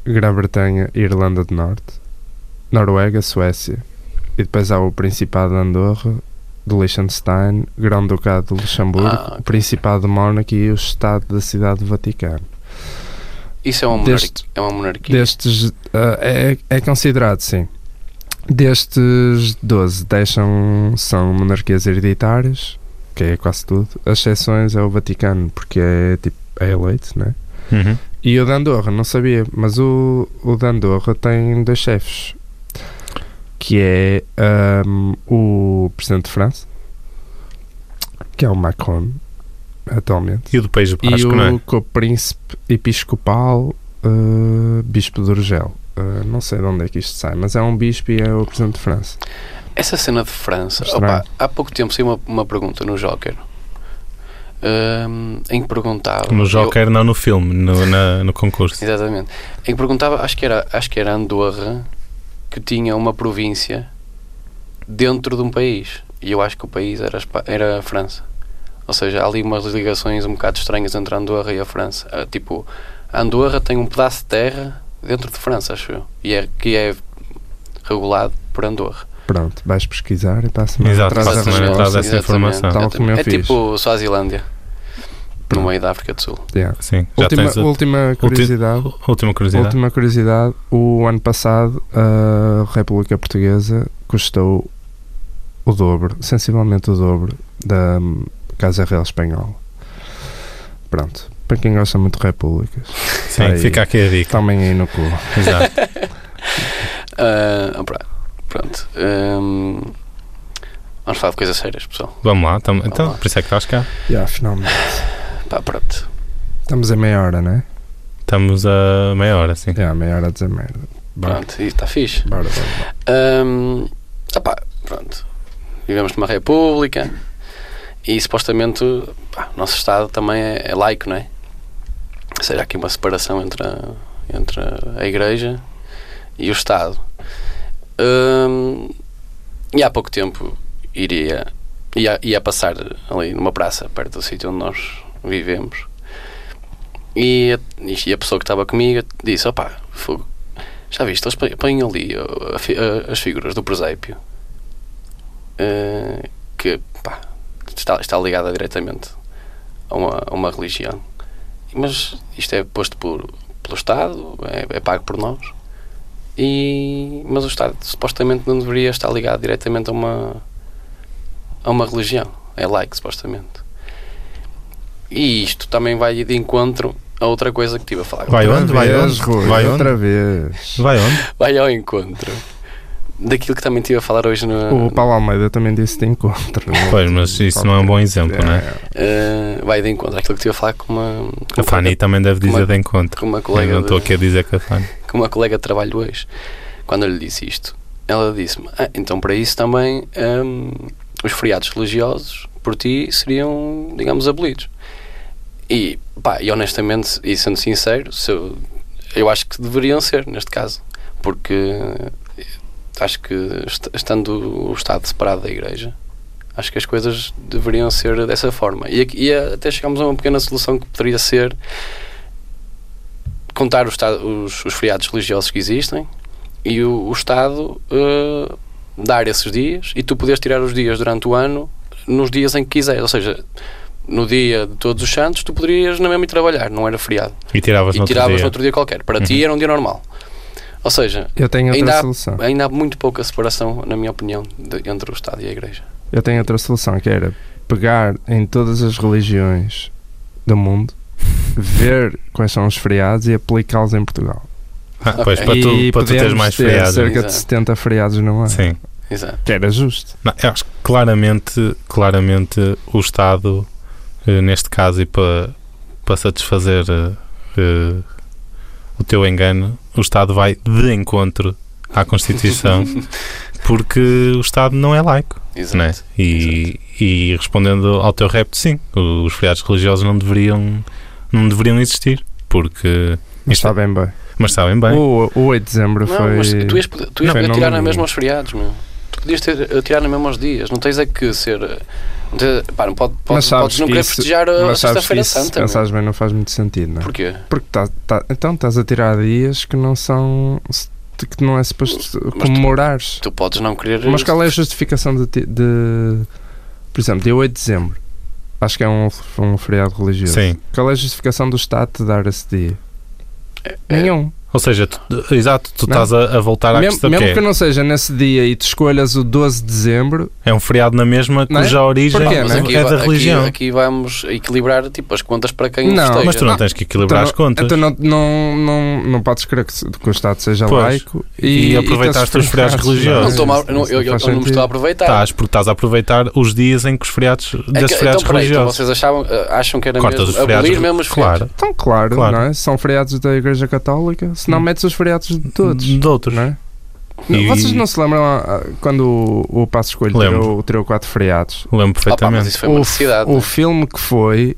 [SPEAKER 2] Grã-Bretanha, Irlanda do Norte, Noruega, Suécia. E depois há o Principado de Andorra, de Liechtenstein, Grão-Ducado de Luxemburgo,
[SPEAKER 3] Ah, ok.
[SPEAKER 2] o Principado de Mónaco e o Estado da Cidade do Vaticano.
[SPEAKER 3] Isso é uma monarquia.
[SPEAKER 2] Deste-
[SPEAKER 3] É uma monarquia.
[SPEAKER 2] Destes, ah, é, é considerado, sim. Destes 12, 10 são, são monarquias hereditárias, que é quase tudo. As exceções é o Vaticano, porque é, tipo, é eleito, né?
[SPEAKER 1] Uhum.
[SPEAKER 2] E o de Andorra, não sabia, mas o, o de Andorra tem dois chefes, que é ahm, o Presidente de França, que é o Macron, atualmente.
[SPEAKER 1] E o do País
[SPEAKER 2] E
[SPEAKER 1] Basco,
[SPEAKER 2] o
[SPEAKER 1] não é?
[SPEAKER 2] co-príncipe episcopal uh, Bispo de Urgel. Uh, não sei de onde é que isto sai, mas é um bispo e é o Presidente de França.
[SPEAKER 3] Essa cena de França.
[SPEAKER 2] Estranho.
[SPEAKER 3] Opa, há pouco tempo saiu uma, uma pergunta no Joker. hum, em que perguntava.
[SPEAKER 1] No
[SPEAKER 3] eu-
[SPEAKER 1] Joker, não no filme, no, na- no concurso.
[SPEAKER 3] Exatamente. Em que perguntava, acho que era, acho que era Andorra que tinha uma província dentro de um país. E eu acho que o país era, a Espa- era a França. Ou seja, há ali umas ligações um bocado estranhas entre a Andorra e a França. Ah, tipo, a Andorra tem um pedaço de terra dentro de França, acho eu. E é, que é regulado por Andorra.
[SPEAKER 2] Pronto, vais pesquisar e para a semana
[SPEAKER 1] Exato,
[SPEAKER 2] traz
[SPEAKER 1] para a semana
[SPEAKER 2] resposta.
[SPEAKER 1] traz essa informação.
[SPEAKER 2] Tal como eu
[SPEAKER 3] é
[SPEAKER 2] fiz.
[SPEAKER 3] tipo Suazilândia, no meio da África do Sul.
[SPEAKER 2] Yeah.
[SPEAKER 1] Sim, já
[SPEAKER 2] Última,
[SPEAKER 1] tens a-
[SPEAKER 2] última curiosidade.
[SPEAKER 1] última curiosidade.
[SPEAKER 2] Última curiosidade, o ano passado a República Portuguesa custou o dobro, sensivelmente o dobro, da hum, Casa Real Espanhola. Pronto, para quem gosta muito de repúblicas.
[SPEAKER 1] Sim,
[SPEAKER 2] Aí.
[SPEAKER 1] fica aqui a dica.
[SPEAKER 2] Tomem aí no cu.
[SPEAKER 1] Exato.
[SPEAKER 3] Ah, pá, pronto. Hum, vamos falar de coisas sérias, pessoal.
[SPEAKER 1] Vamos lá, tam-
[SPEAKER 3] Vamos
[SPEAKER 1] então,
[SPEAKER 3] lá.
[SPEAKER 1] por isso é que estás cá.
[SPEAKER 2] Já, finalmente.
[SPEAKER 3] Pá, pronto.
[SPEAKER 2] Estamos a meia hora, não é?
[SPEAKER 1] Estamos a meia hora, sim.
[SPEAKER 2] Já, meia hora a dizer merda. Bora,
[SPEAKER 3] Pronto, e está fixe.
[SPEAKER 2] bora, bora. bora.
[SPEAKER 3] Hum, ah pá, pronto. Vivemos numa república e supostamente pá, o nosso Estado também é, é laico, não é? Ou seja, há aqui uma separação entre a, entre a Igreja e o Estado. Hum, e há pouco tempo iria ia, ia passar ali numa praça perto do sítio onde nós vivemos e a, e a pessoa que estava comigo disse: opá, fogo, já viste, eles põe- põem ali ó, a fi- a- as figuras do presépio eh, que pá, está, está ligada diretamente a uma, a uma religião. Mas isto é posto por, pelo Estado, é, é pago por nós, e, mas o Estado supostamente não deveria estar ligado diretamente a uma, a uma religião. É laico, supostamente. E isto também vai de encontro a outra coisa que estive a falar.
[SPEAKER 1] Vai
[SPEAKER 2] Outra
[SPEAKER 1] onde? Vai
[SPEAKER 2] vez,
[SPEAKER 1] onde?
[SPEAKER 2] Rui,
[SPEAKER 1] Vai
[SPEAKER 2] outra vez.
[SPEAKER 1] Vai onde?
[SPEAKER 3] vai ao encontro daquilo que também estive a falar hoje no.
[SPEAKER 2] O Paulo Almeida também disse de encontro. não é?
[SPEAKER 1] Pois, mas isso não é um bom exemplo, não é?
[SPEAKER 2] É.
[SPEAKER 3] Eh, vai de encontro àquilo que estive a falar com uma. Com
[SPEAKER 1] A Fanny também deve dizer de encontro.
[SPEAKER 3] Com uma
[SPEAKER 1] Eu
[SPEAKER 3] colega.
[SPEAKER 1] não estou
[SPEAKER 3] de-
[SPEAKER 1] aqui a dizer que a Fanny.
[SPEAKER 3] com uma colega de trabalho hoje, quando eu lhe disse isto, ela disse-me: "Ah, então para isso também hum, os feriados religiosos por ti seriam, digamos, abolidos. E, pá, e honestamente, e sendo sincero, se eu, eu acho que deveriam ser, neste caso, porque eh, acho que est- estando o Estado separado da Igreja. Acho que as coisas deveriam ser dessa forma. E, aqui- e a- até chegámos a uma pequena solução que poderia ser contar o Estado- os, os feriados religiosos que existem e o, o Estado eh, dar esses dias e tu poderes tirar os dias durante o ano nos dias em que quiseres. Ou seja, no dia de Todos os Santos, tu poderias na mesma ir trabalhar, não era feriado.
[SPEAKER 1] E tiravas
[SPEAKER 3] e
[SPEAKER 1] no outro
[SPEAKER 3] tiravas
[SPEAKER 1] dia. Uhum.
[SPEAKER 3] no outro dia qualquer. Para ti era um dia normal. Ou seja,
[SPEAKER 2] Eu tenho outra
[SPEAKER 3] Ainda há-
[SPEAKER 2] solução.
[SPEAKER 3] ainda há muito pouca separação, na minha opinião, de- entre o Estado e a Igreja.
[SPEAKER 2] Eu tenho outra solução que era pegar em todas as religiões do mundo, ver quais são os feriados e aplicá-los em Portugal.
[SPEAKER 1] Ah, pois, para
[SPEAKER 3] Ok.
[SPEAKER 1] tu,
[SPEAKER 2] e
[SPEAKER 1] para tu teres
[SPEAKER 2] podemos
[SPEAKER 1] mais
[SPEAKER 2] ter
[SPEAKER 1] feriados. é?
[SPEAKER 2] cerca de
[SPEAKER 3] Exato.
[SPEAKER 2] 70 feriados no ano.
[SPEAKER 1] Sim.
[SPEAKER 3] Exato.
[SPEAKER 2] Que era justo.
[SPEAKER 1] Não, eu acho que claramente, claramente o Estado, eh, neste caso, e para, para satisfazer eh, eh, o teu engano, o Estado vai de encontro à Constituição, porque o Estado não é laico.
[SPEAKER 3] Exato.
[SPEAKER 1] Né? E, e respondendo ao teu repto, sim, os feriados religiosos não deveriam, não deveriam existir, porque.
[SPEAKER 2] Mas
[SPEAKER 1] Isto-
[SPEAKER 2] está bem bem.
[SPEAKER 1] Mas sabem bem.
[SPEAKER 2] O, o 8 de dezembro
[SPEAKER 3] Não,
[SPEAKER 2] foi.
[SPEAKER 3] mas tu ias poder, tu ias
[SPEAKER 2] Não,
[SPEAKER 3] poder
[SPEAKER 2] não
[SPEAKER 3] tirar
[SPEAKER 2] lembro.
[SPEAKER 3] na mesma aos feriados, meu. Tu podias ter, eh, tirar na mesma aos dias. Não tens é que ser. eh, Não tens, pá, não pode, pode,
[SPEAKER 2] sabes
[SPEAKER 3] podes não
[SPEAKER 2] que
[SPEAKER 3] querer
[SPEAKER 2] isso-
[SPEAKER 3] festejar eh, a
[SPEAKER 2] Mas sabes que
[SPEAKER 3] Sexta-feira
[SPEAKER 2] isso, se
[SPEAKER 3] Santa. é? meu.
[SPEAKER 2] pensares bem, não faz muito sentido, não é?
[SPEAKER 3] Porquê?
[SPEAKER 2] Porque tá, tá- então estás a tirar dias que não são. que não é suposto
[SPEAKER 3] tu-
[SPEAKER 2] comemorares.
[SPEAKER 3] Tu podes não querer.
[SPEAKER 2] Mas qual é a justificação de, ti- de- Por exemplo, dia 8 de dezembro. Acho que é um, um feriado religioso.
[SPEAKER 1] Sim.
[SPEAKER 2] Qual é a justificação do Estado te dar esse dia?
[SPEAKER 3] É,
[SPEAKER 2] Nenhum.
[SPEAKER 1] Ou seja, tu- exato, tu
[SPEAKER 2] Não.
[SPEAKER 1] estás a, a voltar à
[SPEAKER 2] Mesmo,
[SPEAKER 1] questão
[SPEAKER 2] mesmo
[SPEAKER 1] que é-
[SPEAKER 2] que não seja nesse dia e tu escolhas o 12 de dezembro,
[SPEAKER 1] É um feriado na mesma
[SPEAKER 2] Não é?
[SPEAKER 1] cuja origem
[SPEAKER 2] Porquê,
[SPEAKER 3] mas
[SPEAKER 2] não é?
[SPEAKER 3] aqui
[SPEAKER 1] é
[SPEAKER 3] va-
[SPEAKER 1] da
[SPEAKER 3] aqui-
[SPEAKER 1] religião.
[SPEAKER 3] Aqui, é vamos equilibrar tipo, as contas para quem
[SPEAKER 2] Não,
[SPEAKER 3] festeja.
[SPEAKER 1] mas tu não,
[SPEAKER 2] Não.
[SPEAKER 1] tens que equilibrar
[SPEAKER 2] então,
[SPEAKER 1] as contas
[SPEAKER 2] então não, não, não, não podes crer que, se- que o Estado seja
[SPEAKER 1] Pois.
[SPEAKER 2] laico
[SPEAKER 1] E
[SPEAKER 2] e,
[SPEAKER 1] aproveitar os teus feriados religiosos.
[SPEAKER 3] Não
[SPEAKER 1] Não,
[SPEAKER 3] estou mal-
[SPEAKER 2] Isso-
[SPEAKER 3] não-
[SPEAKER 2] isso
[SPEAKER 3] eu, eu-
[SPEAKER 2] faz
[SPEAKER 3] eu não me
[SPEAKER 2] sentido.
[SPEAKER 3] estou a aproveitar.
[SPEAKER 1] estás, Tá, porque estás a aproveitar os dias em que os feriados
[SPEAKER 3] tá. É
[SPEAKER 1] desses
[SPEAKER 3] que-
[SPEAKER 1] feriados
[SPEAKER 3] então, peraí, então
[SPEAKER 1] religiosos.
[SPEAKER 3] vocês achavam, eh, acham que era
[SPEAKER 1] Cortas os
[SPEAKER 3] mesmo
[SPEAKER 1] feriados.
[SPEAKER 3] abolir mesmo os feriados?
[SPEAKER 1] claro,
[SPEAKER 2] Então, claro,
[SPEAKER 1] Claro.
[SPEAKER 2] não é? São feriados da Igreja Católica, se não
[SPEAKER 1] Hum.
[SPEAKER 2] metes os feriados de todos.
[SPEAKER 1] de outros.
[SPEAKER 2] Não é?
[SPEAKER 1] E-
[SPEAKER 2] Vocês não se lembram ah, quando o, o Passo Escolho
[SPEAKER 1] Lembro.
[SPEAKER 2] tirou, tirou quatro feriados?
[SPEAKER 1] Lembro
[SPEAKER 3] Ah, pá, mas
[SPEAKER 1] perfeitamente.
[SPEAKER 3] isso foi uma
[SPEAKER 2] o,
[SPEAKER 3] necessidade. né?
[SPEAKER 2] o filme que foi,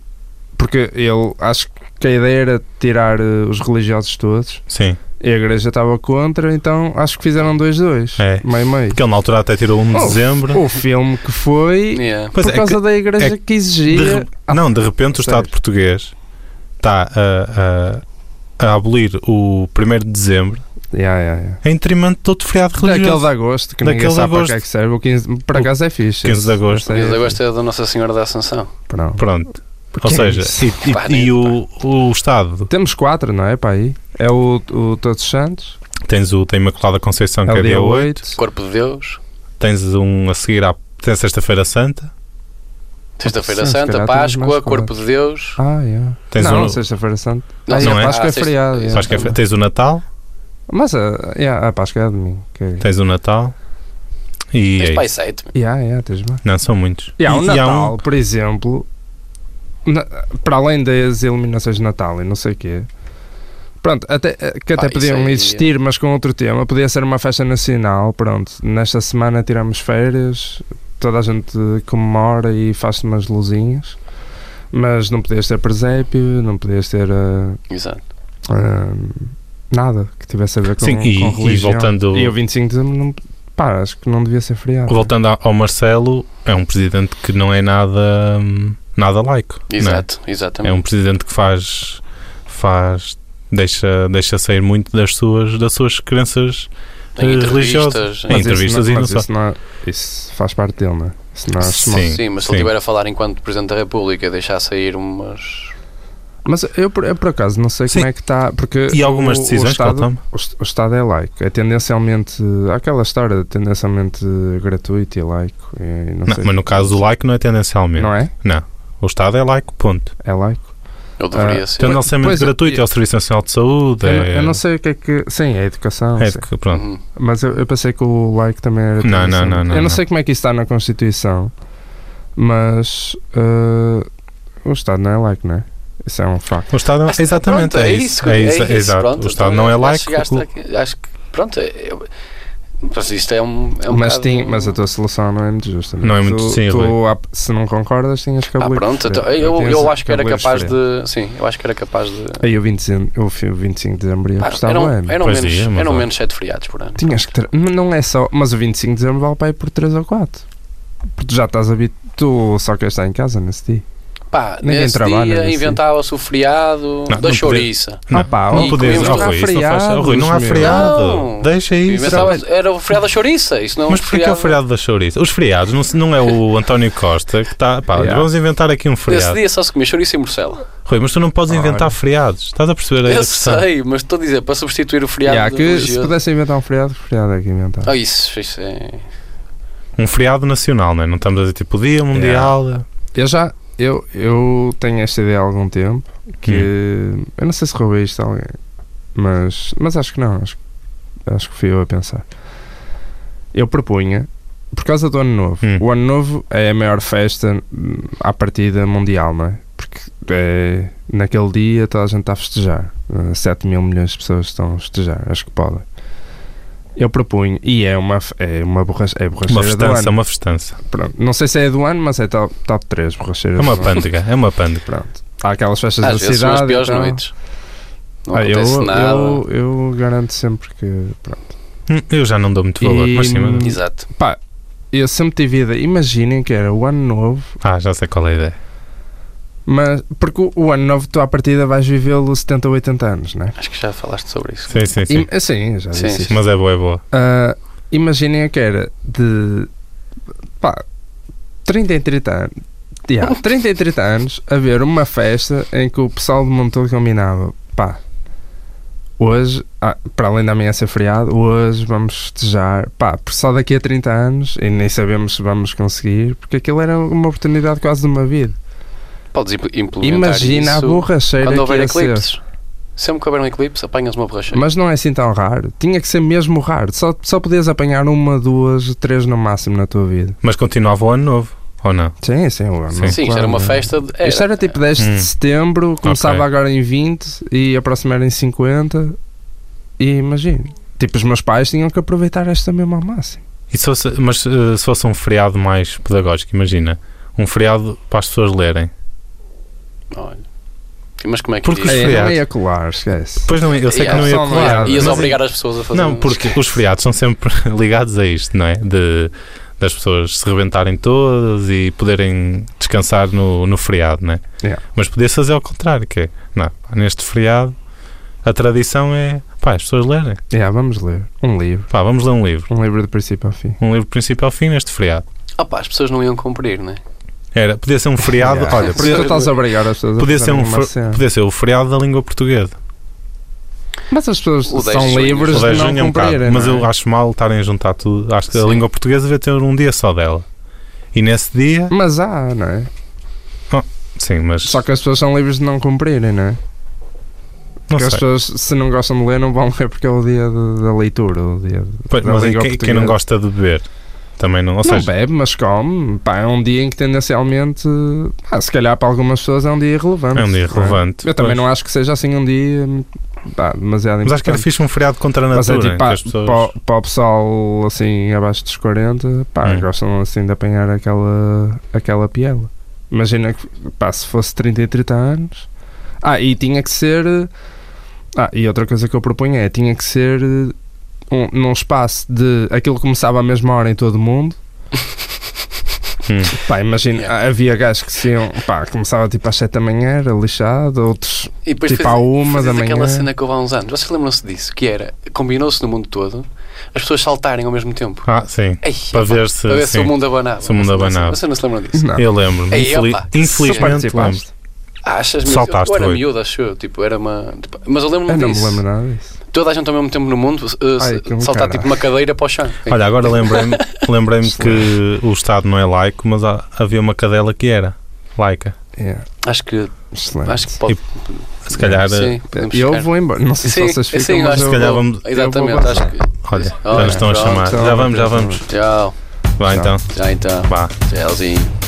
[SPEAKER 2] porque ele acho que a ideia era tirar eh, os religiosos todos
[SPEAKER 1] Sim,
[SPEAKER 2] e a Igreja estava contra, então acho que fizeram dois-dois,
[SPEAKER 1] É.
[SPEAKER 2] meio-meio.
[SPEAKER 1] porque ele na altura até tirou 1 de
[SPEAKER 2] Oh,
[SPEAKER 1] dezembro.
[SPEAKER 2] O filme que foi
[SPEAKER 3] Yeah.
[SPEAKER 1] Pois
[SPEAKER 2] por
[SPEAKER 1] é,
[SPEAKER 2] causa da Igreja
[SPEAKER 1] é
[SPEAKER 2] que
[SPEAKER 1] que de
[SPEAKER 2] exigia.
[SPEAKER 1] re-
[SPEAKER 3] Ah,
[SPEAKER 1] Não, de repente o Estado
[SPEAKER 2] Pois.
[SPEAKER 1] português está a, a- a abolir o 1 de dezembro
[SPEAKER 2] Yeah, yeah, yeah.
[SPEAKER 1] em detrimento de outro feriado
[SPEAKER 2] Daquele de
[SPEAKER 1] religioso.
[SPEAKER 2] agosto, que
[SPEAKER 1] Daquele
[SPEAKER 2] ninguém
[SPEAKER 1] de
[SPEAKER 2] sabe para
[SPEAKER 1] agosto.
[SPEAKER 2] que é que serve. O 15, por acaso é fixe.
[SPEAKER 1] 15 de agosto.
[SPEAKER 2] Esse aí é
[SPEAKER 3] Mas eu
[SPEAKER 2] fixe.
[SPEAKER 3] gosto é da Nossa Senhora da Assunção.
[SPEAKER 2] Pronto.
[SPEAKER 1] Pronto, ou
[SPEAKER 2] Que é
[SPEAKER 1] seja,
[SPEAKER 2] isso?
[SPEAKER 1] e-
[SPEAKER 3] Pá,
[SPEAKER 1] e,
[SPEAKER 3] nem-
[SPEAKER 1] e o, o Estado
[SPEAKER 2] Temos quatro, não é? Para aí. É o, o Todos Santos,
[SPEAKER 1] tens o da Imaculada Conceição, que
[SPEAKER 2] é
[SPEAKER 1] é
[SPEAKER 2] o
[SPEAKER 1] dia
[SPEAKER 2] dia
[SPEAKER 1] 8.
[SPEAKER 2] 8.
[SPEAKER 3] Corpo de Deus.
[SPEAKER 1] tens um a seguir à tens a Sexta-feira Santa,
[SPEAKER 3] Sexta-feira
[SPEAKER 2] Sim, se
[SPEAKER 3] Santa,
[SPEAKER 2] calhar temos
[SPEAKER 3] Páscoa,
[SPEAKER 2] mais
[SPEAKER 3] Corpo de Deus.
[SPEAKER 2] Ah, yeah.
[SPEAKER 1] Tens
[SPEAKER 2] não,
[SPEAKER 1] um-
[SPEAKER 2] não, sexta-feira santa.
[SPEAKER 3] Não,
[SPEAKER 2] ah,
[SPEAKER 1] não
[SPEAKER 2] yeah,
[SPEAKER 1] é?
[SPEAKER 2] Páscoa
[SPEAKER 3] Ah,
[SPEAKER 2] é
[SPEAKER 3] sexta-
[SPEAKER 2] feriado. yeah.
[SPEAKER 1] Páscoa é- tens o Natal,
[SPEAKER 2] Mas ah, yeah, a Páscoa é a domingo. Que...
[SPEAKER 1] tens o Natal e
[SPEAKER 3] Tens
[SPEAKER 1] é
[SPEAKER 3] pai
[SPEAKER 1] isso.
[SPEAKER 3] sete.
[SPEAKER 2] Yeah, yeah, tens um? mais.
[SPEAKER 1] não são muitos.
[SPEAKER 2] E há um
[SPEAKER 1] E- e há
[SPEAKER 2] Natal,
[SPEAKER 1] um-
[SPEAKER 2] por exemplo, na- para além das eliminações de Natal e não sei o quê. Pronto, até, eh, que até
[SPEAKER 1] Ah,
[SPEAKER 3] Pá, isso
[SPEAKER 2] podiam
[SPEAKER 3] aí-
[SPEAKER 2] existir, mas com outro tema. Podia ser uma festa nacional, pronto. Nesta semana tiramos férias, toda a gente comemora e faz-se umas luzinhas. Mas não podias ter presépio, não podias ter ah,
[SPEAKER 3] Exato.
[SPEAKER 2] ah, nada que tivesse a ver com,
[SPEAKER 1] Sim, e-
[SPEAKER 2] com
[SPEAKER 1] e
[SPEAKER 2] religião.
[SPEAKER 1] voltando-
[SPEAKER 2] E o 25 de dezembro, não, pá, acho que não devia ser feriado.
[SPEAKER 1] Voltando a- ao Marcelo, é um presidente que não é nada, hum, nada laico. não é?
[SPEAKER 3] Exato,
[SPEAKER 1] É
[SPEAKER 3] exatamente.
[SPEAKER 1] um presidente que faz, faz deixa, deixa sair muito das suas, das suas crenças.
[SPEAKER 3] Em
[SPEAKER 1] eh,
[SPEAKER 3] entrevistas,
[SPEAKER 1] religioso.
[SPEAKER 3] em-
[SPEAKER 1] Em entrevistas
[SPEAKER 2] isso
[SPEAKER 1] e não
[SPEAKER 2] não, mas
[SPEAKER 1] só.
[SPEAKER 2] isso, não é- isso faz parte dele, não é? Isso não é
[SPEAKER 1] Sim.
[SPEAKER 2] small.
[SPEAKER 3] Sim, mas se ele
[SPEAKER 1] sim.
[SPEAKER 3] estiver a falar enquanto Presidente da República, deixar sair umas.
[SPEAKER 2] Mas eu por, eu, por acaso, não sei
[SPEAKER 1] Sim.
[SPEAKER 2] como é que está. Porque
[SPEAKER 1] E algumas
[SPEAKER 2] o- o
[SPEAKER 1] decisões que ele
[SPEAKER 2] Estado-
[SPEAKER 1] toma.
[SPEAKER 2] o, est- o Estado é laico. É tendencialmente. Aquela história tendencialmente gratuito e laico. E não
[SPEAKER 1] Não,
[SPEAKER 2] sei.
[SPEAKER 1] mas no caso do laico não é tendencialmente.
[SPEAKER 2] Não é?
[SPEAKER 1] O Estado é laico, ponto.
[SPEAKER 2] É laico.
[SPEAKER 3] Ele deveria
[SPEAKER 2] Ah,
[SPEAKER 3] ser.
[SPEAKER 1] Então, Tendencialmente
[SPEAKER 2] pois,
[SPEAKER 1] gratuito
[SPEAKER 2] eu-
[SPEAKER 1] é o Serviço Nacional de Saúde.
[SPEAKER 2] Eu, não-
[SPEAKER 1] é,
[SPEAKER 2] eu não sei o que é que. Sim, é a educação.
[SPEAKER 1] é
[SPEAKER 2] sim.
[SPEAKER 1] de que- pronto.
[SPEAKER 3] Uhum.
[SPEAKER 2] Mas eu, eu pensei que o like também era.
[SPEAKER 1] Não,
[SPEAKER 2] tendencialmente.
[SPEAKER 1] não, não, não,
[SPEAKER 2] Eu não,
[SPEAKER 1] não.
[SPEAKER 2] sei como é que isso está na Constituição. Mas. eh, o Estado não é laico, não é? Isso é um facto.
[SPEAKER 1] O Estado
[SPEAKER 3] Ah,
[SPEAKER 1] exatamente
[SPEAKER 3] pronto,
[SPEAKER 1] é isso.
[SPEAKER 3] é
[SPEAKER 1] isso,
[SPEAKER 3] isso,
[SPEAKER 1] exato.
[SPEAKER 3] pronto,
[SPEAKER 1] o Estado
[SPEAKER 3] então
[SPEAKER 1] não é
[SPEAKER 3] já
[SPEAKER 1] laico.
[SPEAKER 3] chegaste
[SPEAKER 1] o-
[SPEAKER 3] aqui, acho que. Pronto, é- eu- mas isto é um. É um
[SPEAKER 2] mas,
[SPEAKER 3] bocado-
[SPEAKER 2] tinha- mas a tua solução não é muito justa.
[SPEAKER 1] Não é muito-
[SPEAKER 2] tu,
[SPEAKER 1] sim,
[SPEAKER 2] tu, ah, Se não concordas, tinhas que
[SPEAKER 3] Ah,
[SPEAKER 2] abolir.
[SPEAKER 3] pronto, então, eu, eu, acho que era capaz de. Sim, eu acho que era capaz de.
[SPEAKER 2] é Aí o 25, eu fui o 25 de dezembro ia
[SPEAKER 3] Pá,
[SPEAKER 2] apostar
[SPEAKER 3] eram,
[SPEAKER 2] um ano.
[SPEAKER 3] eram
[SPEAKER 1] Pois
[SPEAKER 3] menos,
[SPEAKER 1] é, mas
[SPEAKER 3] eram
[SPEAKER 1] há-
[SPEAKER 3] menos 7 feriados por ano.
[SPEAKER 2] Tinhas que ter. mas Não é só. Mas o 25 de dezembro vale para aí por 3 ou 4. Porque tu já estás habituado. Tu só queres estar em casa nesse dia.
[SPEAKER 3] Pá,
[SPEAKER 2] Ninguém
[SPEAKER 3] nesse
[SPEAKER 2] trabalha
[SPEAKER 3] dia
[SPEAKER 2] nesse-
[SPEAKER 3] inventava-se o feriado
[SPEAKER 1] Não,
[SPEAKER 3] da
[SPEAKER 1] não
[SPEAKER 3] chouriça.
[SPEAKER 1] Não,
[SPEAKER 2] Ah, pá,
[SPEAKER 1] não
[SPEAKER 2] ó,
[SPEAKER 1] podemos.
[SPEAKER 3] não
[SPEAKER 1] Oh,
[SPEAKER 3] há
[SPEAKER 1] Rui, isso não faz- oh, Rui, não há
[SPEAKER 2] feriados, meu.
[SPEAKER 1] feriado.
[SPEAKER 3] Não.
[SPEAKER 1] Deixa isso.
[SPEAKER 3] Inventava- Era o feriado da chouriça, isso não é um
[SPEAKER 1] Mas porquê que é o feriado da chouriça? Os feriados não, se- não é o António Costa que está. Pá,
[SPEAKER 2] Yeah.
[SPEAKER 1] vamos inventar aqui um
[SPEAKER 3] Nesse
[SPEAKER 1] feriado.
[SPEAKER 3] dia só se comia chouriça e morcela.
[SPEAKER 1] Rui, mas tu não podes
[SPEAKER 2] Ah,
[SPEAKER 1] inventar
[SPEAKER 2] olha.
[SPEAKER 1] feriados. Estás a perceber aí a
[SPEAKER 3] Eu
[SPEAKER 1] questão?
[SPEAKER 3] sei, mas estou a dizer, para substituir o feriado
[SPEAKER 2] Yeah, que se
[SPEAKER 3] religioso-
[SPEAKER 2] pudesse inventar um feriado, que feriado é que inventar.
[SPEAKER 3] Ah, isso, isso é.
[SPEAKER 1] Um feriado nacional, não é? Não estamos a dizer tipo Dia Mundial.
[SPEAKER 2] Eu já. Eu, eu tenho esta ideia há algum tempo. Que.
[SPEAKER 1] Hum.
[SPEAKER 2] Eu não sei se roubei isto a alguém. Mas, mas acho que não. Acho, acho que fui eu a pensar. Eu propunha, por causa do Ano Novo.
[SPEAKER 1] Hum.
[SPEAKER 2] O Ano Novo é a maior festa hum, à partida mundial, não é? Porque é, naquele dia toda a gente está a festejar. 7 mil milhões de pessoas estão a festejar. Acho que podem. Eu propunho, e é uma, f- é uma borracha, é a
[SPEAKER 1] Uma
[SPEAKER 2] borracheira do
[SPEAKER 1] festança,
[SPEAKER 2] ano.
[SPEAKER 1] uma festança.
[SPEAKER 2] Pronto. Não sei se é do ano, mas é top, top 3 borracheira
[SPEAKER 1] É
[SPEAKER 2] do
[SPEAKER 1] uma
[SPEAKER 2] ano.
[SPEAKER 1] pândega, é uma pândega.
[SPEAKER 2] Pronto. Há aquelas festas
[SPEAKER 3] Às
[SPEAKER 2] da
[SPEAKER 3] vezes são
[SPEAKER 2] cidade.
[SPEAKER 3] as piores
[SPEAKER 2] então-
[SPEAKER 3] noites. Não
[SPEAKER 2] Ah, eu,
[SPEAKER 3] acontece nada.
[SPEAKER 2] eu, eu garanto sempre que. Pronto.
[SPEAKER 1] Hum, Eu já não dou muito valor,
[SPEAKER 2] E-
[SPEAKER 1] mas sim. mas-
[SPEAKER 3] Exato.
[SPEAKER 2] Eu sempre tive a ideia. Imaginem que era o ano novo,
[SPEAKER 1] Ah, já sei qual é a ideia.
[SPEAKER 2] mas. Porque o, o ano novo, tu à partida vais vivê-lo 70 ou 80 anos, né?
[SPEAKER 3] Acho que já falaste sobre isso.
[SPEAKER 1] Sim, sim, sim.
[SPEAKER 2] Im- sim, já
[SPEAKER 3] Sim,
[SPEAKER 2] disse
[SPEAKER 3] sim.
[SPEAKER 2] isto.
[SPEAKER 1] Mas é boa, é boa.
[SPEAKER 2] Ah, imaginem que era de. pá. 30 em 30 anos. Yeah, 30 em 30 anos haver uma festa em que o pessoal do mundo todo combinava pá. Hoje, ah, para além da amanhã ser feriado, hoje vamos festejar, pá, porque só daqui a 30 anos e nem sabemos se vamos conseguir, porque aquilo era uma oportunidade quase de uma vida.
[SPEAKER 3] Podes imp- implementar
[SPEAKER 2] Imagina a
[SPEAKER 3] isso
[SPEAKER 2] borracheira
[SPEAKER 3] quando
[SPEAKER 2] que
[SPEAKER 3] houver
[SPEAKER 2] ia ser.
[SPEAKER 3] eclipses. Sempre que houver um eclipse, apanhas uma borracheira.
[SPEAKER 2] Mas não é assim tão raro. Tinha que ser mesmo raro. Só, só podias apanhar uma, duas, três no máximo na tua vida.
[SPEAKER 1] Mas continuava o ano novo, ou não?
[SPEAKER 2] Sim, sim, o ano.
[SPEAKER 1] Sim.
[SPEAKER 3] Sim, isto era uma festa. É, De...
[SPEAKER 2] Isto é? era tipo 10
[SPEAKER 1] Hum.
[SPEAKER 2] de setembro, começava
[SPEAKER 1] Ok.
[SPEAKER 2] agora em 20 e a próxima era em 50. E imagino. Tipo, os meus pais tinham que aproveitar esta mesmo ao máximo.
[SPEAKER 1] E se fosse- mas eh, se fosse um feriado mais pedagógico, imagina. Um feriado para as pessoas lerem.
[SPEAKER 3] Olha. Mas como é que
[SPEAKER 1] Porque
[SPEAKER 3] iria?
[SPEAKER 1] os
[SPEAKER 2] É,
[SPEAKER 1] feriados.
[SPEAKER 2] não ia colar, esquece.
[SPEAKER 1] Pois não, eu sei que
[SPEAKER 3] Yeah,
[SPEAKER 1] não ia
[SPEAKER 2] só uma
[SPEAKER 1] colar.
[SPEAKER 2] olhada.
[SPEAKER 3] é Ias
[SPEAKER 1] mas- é
[SPEAKER 3] obrigar as pessoas a fazer um
[SPEAKER 1] Não,
[SPEAKER 3] isso.
[SPEAKER 1] porque os feriados são sempre ligados a isto, não é? De, das pessoas se rebentarem todas e poderem descansar no, no feriado, não é?
[SPEAKER 2] Yeah.
[SPEAKER 1] Mas podia-se fazer ao contrário, que é, não, pá, neste feriado a tradição é, pá, as pessoas lerem.
[SPEAKER 2] Yeah, vamos ler. Um livro.
[SPEAKER 1] Pá, vamos ler um livro.
[SPEAKER 2] Um livro de princípio ao fim.
[SPEAKER 1] Um livro de princípio ao fim neste feriado.
[SPEAKER 3] Ah pá, as pessoas não iam cumprir, né?
[SPEAKER 1] Era, podia ser um feriado,
[SPEAKER 2] Yeah.
[SPEAKER 1] olha,
[SPEAKER 2] Porque
[SPEAKER 1] podia,
[SPEAKER 2] tu estás a obrigar as pessoas
[SPEAKER 1] podia
[SPEAKER 2] a
[SPEAKER 1] ser um
[SPEAKER 2] fazerem uma
[SPEAKER 1] fer-
[SPEAKER 2] cena.
[SPEAKER 1] podia ser o feriado da língua portuguesa.
[SPEAKER 2] Mas as pessoas
[SPEAKER 3] O 10
[SPEAKER 2] são
[SPEAKER 3] de junho.
[SPEAKER 2] livres
[SPEAKER 1] O 10
[SPEAKER 2] de
[SPEAKER 1] de
[SPEAKER 2] não
[SPEAKER 1] junho é um bocado,
[SPEAKER 2] cumprirem.
[SPEAKER 1] mas
[SPEAKER 2] não é?
[SPEAKER 1] eu acho mal estarem a juntar tudo. Acho que a
[SPEAKER 3] Sim.
[SPEAKER 1] língua portuguesa devia ter um dia só dela. E nesse dia
[SPEAKER 2] Mas há, não é?
[SPEAKER 1] Sim, mas
[SPEAKER 2] Só que as pessoas são livres de não cumprirem, não é?
[SPEAKER 1] não
[SPEAKER 2] Porque as
[SPEAKER 1] sei.
[SPEAKER 2] pessoas, se não gostam de ler, não vão ler porque é o dia de- da leitura. O dia de-
[SPEAKER 1] Pois,
[SPEAKER 2] da
[SPEAKER 1] mas
[SPEAKER 2] língua
[SPEAKER 1] quem, quem não
[SPEAKER 2] portuguesa.
[SPEAKER 1] gosta de beber também não. Ou
[SPEAKER 2] não
[SPEAKER 1] seja,
[SPEAKER 2] bebe, mas come. Pá, é um dia em que tendencialmente, ah, se calhar para algumas pessoas é um dia irrelevante.
[SPEAKER 1] é um dia
[SPEAKER 2] não é?
[SPEAKER 1] relevante.
[SPEAKER 2] Eu também
[SPEAKER 1] pois.
[SPEAKER 2] não acho que seja assim um dia pá, demasiado
[SPEAKER 1] Mas acho que era
[SPEAKER 2] importante.
[SPEAKER 1] fixe um feriado contra a
[SPEAKER 2] Mas é
[SPEAKER 1] natura.
[SPEAKER 2] tipo,
[SPEAKER 1] em que
[SPEAKER 2] pá,
[SPEAKER 1] as pessoas...
[SPEAKER 2] para, o- para o pessoal assim abaixo dos 40, pá,
[SPEAKER 1] Hum.
[SPEAKER 2] gostam assim de apanhar aquela, aquela piela. Imagina que, pá, se fosse 30 e 30 anos. Ah, e tinha que ser. Ah, e outra coisa que eu proponho é: tinha que ser um, num espaço de. Aquilo que começava à mesma hora em todo o mundo.
[SPEAKER 1] Hum.
[SPEAKER 2] Pá, imagina,
[SPEAKER 3] Yeah.
[SPEAKER 2] havia gajos que se iam. Pá, começava tipo às 7 da manhã, era lixado, outros
[SPEAKER 3] E depois
[SPEAKER 2] Tipo,
[SPEAKER 3] fez-
[SPEAKER 2] à uma
[SPEAKER 3] fez
[SPEAKER 2] da manhã.
[SPEAKER 3] aquela cena que houve há uns anos. Vocês lembram-se disso? Que era, combinou-se no mundo todo as pessoas saltarem ao mesmo tempo.
[SPEAKER 1] Ah, sim.
[SPEAKER 3] Ei,
[SPEAKER 1] Para
[SPEAKER 3] opa,
[SPEAKER 1] ver se.
[SPEAKER 3] para ver se
[SPEAKER 1] sim.
[SPEAKER 3] o mundo abanava.
[SPEAKER 1] Se o mundo
[SPEAKER 3] Vocês não-
[SPEAKER 1] abanava.
[SPEAKER 3] Vocês não se lembram disso?
[SPEAKER 2] Não.
[SPEAKER 1] Eu lembro-me.
[SPEAKER 3] Ei,
[SPEAKER 1] Infeli-
[SPEAKER 3] opa,
[SPEAKER 2] Tu
[SPEAKER 1] Infelizmente, lembro-me.
[SPEAKER 2] participaste?
[SPEAKER 3] Achas mesmo?
[SPEAKER 1] Saltaste,
[SPEAKER 3] Eu era
[SPEAKER 1] Rui.
[SPEAKER 3] miúdo, acho eu. Tipo, era uma... tipo, mas eu
[SPEAKER 2] Eu
[SPEAKER 3] lembro-me
[SPEAKER 2] não me
[SPEAKER 3] disso.
[SPEAKER 2] lembro nada disso.
[SPEAKER 3] Toda a gente ao mesmo tempo no mundo uh,
[SPEAKER 2] Ai,
[SPEAKER 3] se-
[SPEAKER 2] que
[SPEAKER 3] saltar
[SPEAKER 2] caralho.
[SPEAKER 3] tipo uma cadeira para o chão.
[SPEAKER 1] Olha, agora lembrei-me lembrei que o Estado não é laico, mas há- havia uma cadela que era laica.
[SPEAKER 2] Yeah,
[SPEAKER 3] Acho que,
[SPEAKER 2] excelente.
[SPEAKER 3] acho que pode...
[SPEAKER 1] tipo, Se
[SPEAKER 2] É,
[SPEAKER 1] calhar.
[SPEAKER 3] Sim, podemos
[SPEAKER 2] eh, eu
[SPEAKER 3] ficar.
[SPEAKER 2] vou embora. Não sei
[SPEAKER 3] Sim,
[SPEAKER 2] se vocês ficam,
[SPEAKER 3] sim,
[SPEAKER 2] mas
[SPEAKER 3] acho
[SPEAKER 1] Se
[SPEAKER 2] eu
[SPEAKER 3] que
[SPEAKER 1] calhar
[SPEAKER 2] vou.
[SPEAKER 1] vamos.
[SPEAKER 3] Exatamente,
[SPEAKER 2] vou
[SPEAKER 3] acho que...
[SPEAKER 1] Olha, já
[SPEAKER 3] Olha,
[SPEAKER 1] nos estão a
[SPEAKER 3] pronto.
[SPEAKER 1] chamar. Já vamos, já vamos.
[SPEAKER 3] Tchau.
[SPEAKER 1] Vai
[SPEAKER 2] Tchau.
[SPEAKER 1] então.
[SPEAKER 3] Já então.
[SPEAKER 1] Vá.
[SPEAKER 3] Tchauzinho.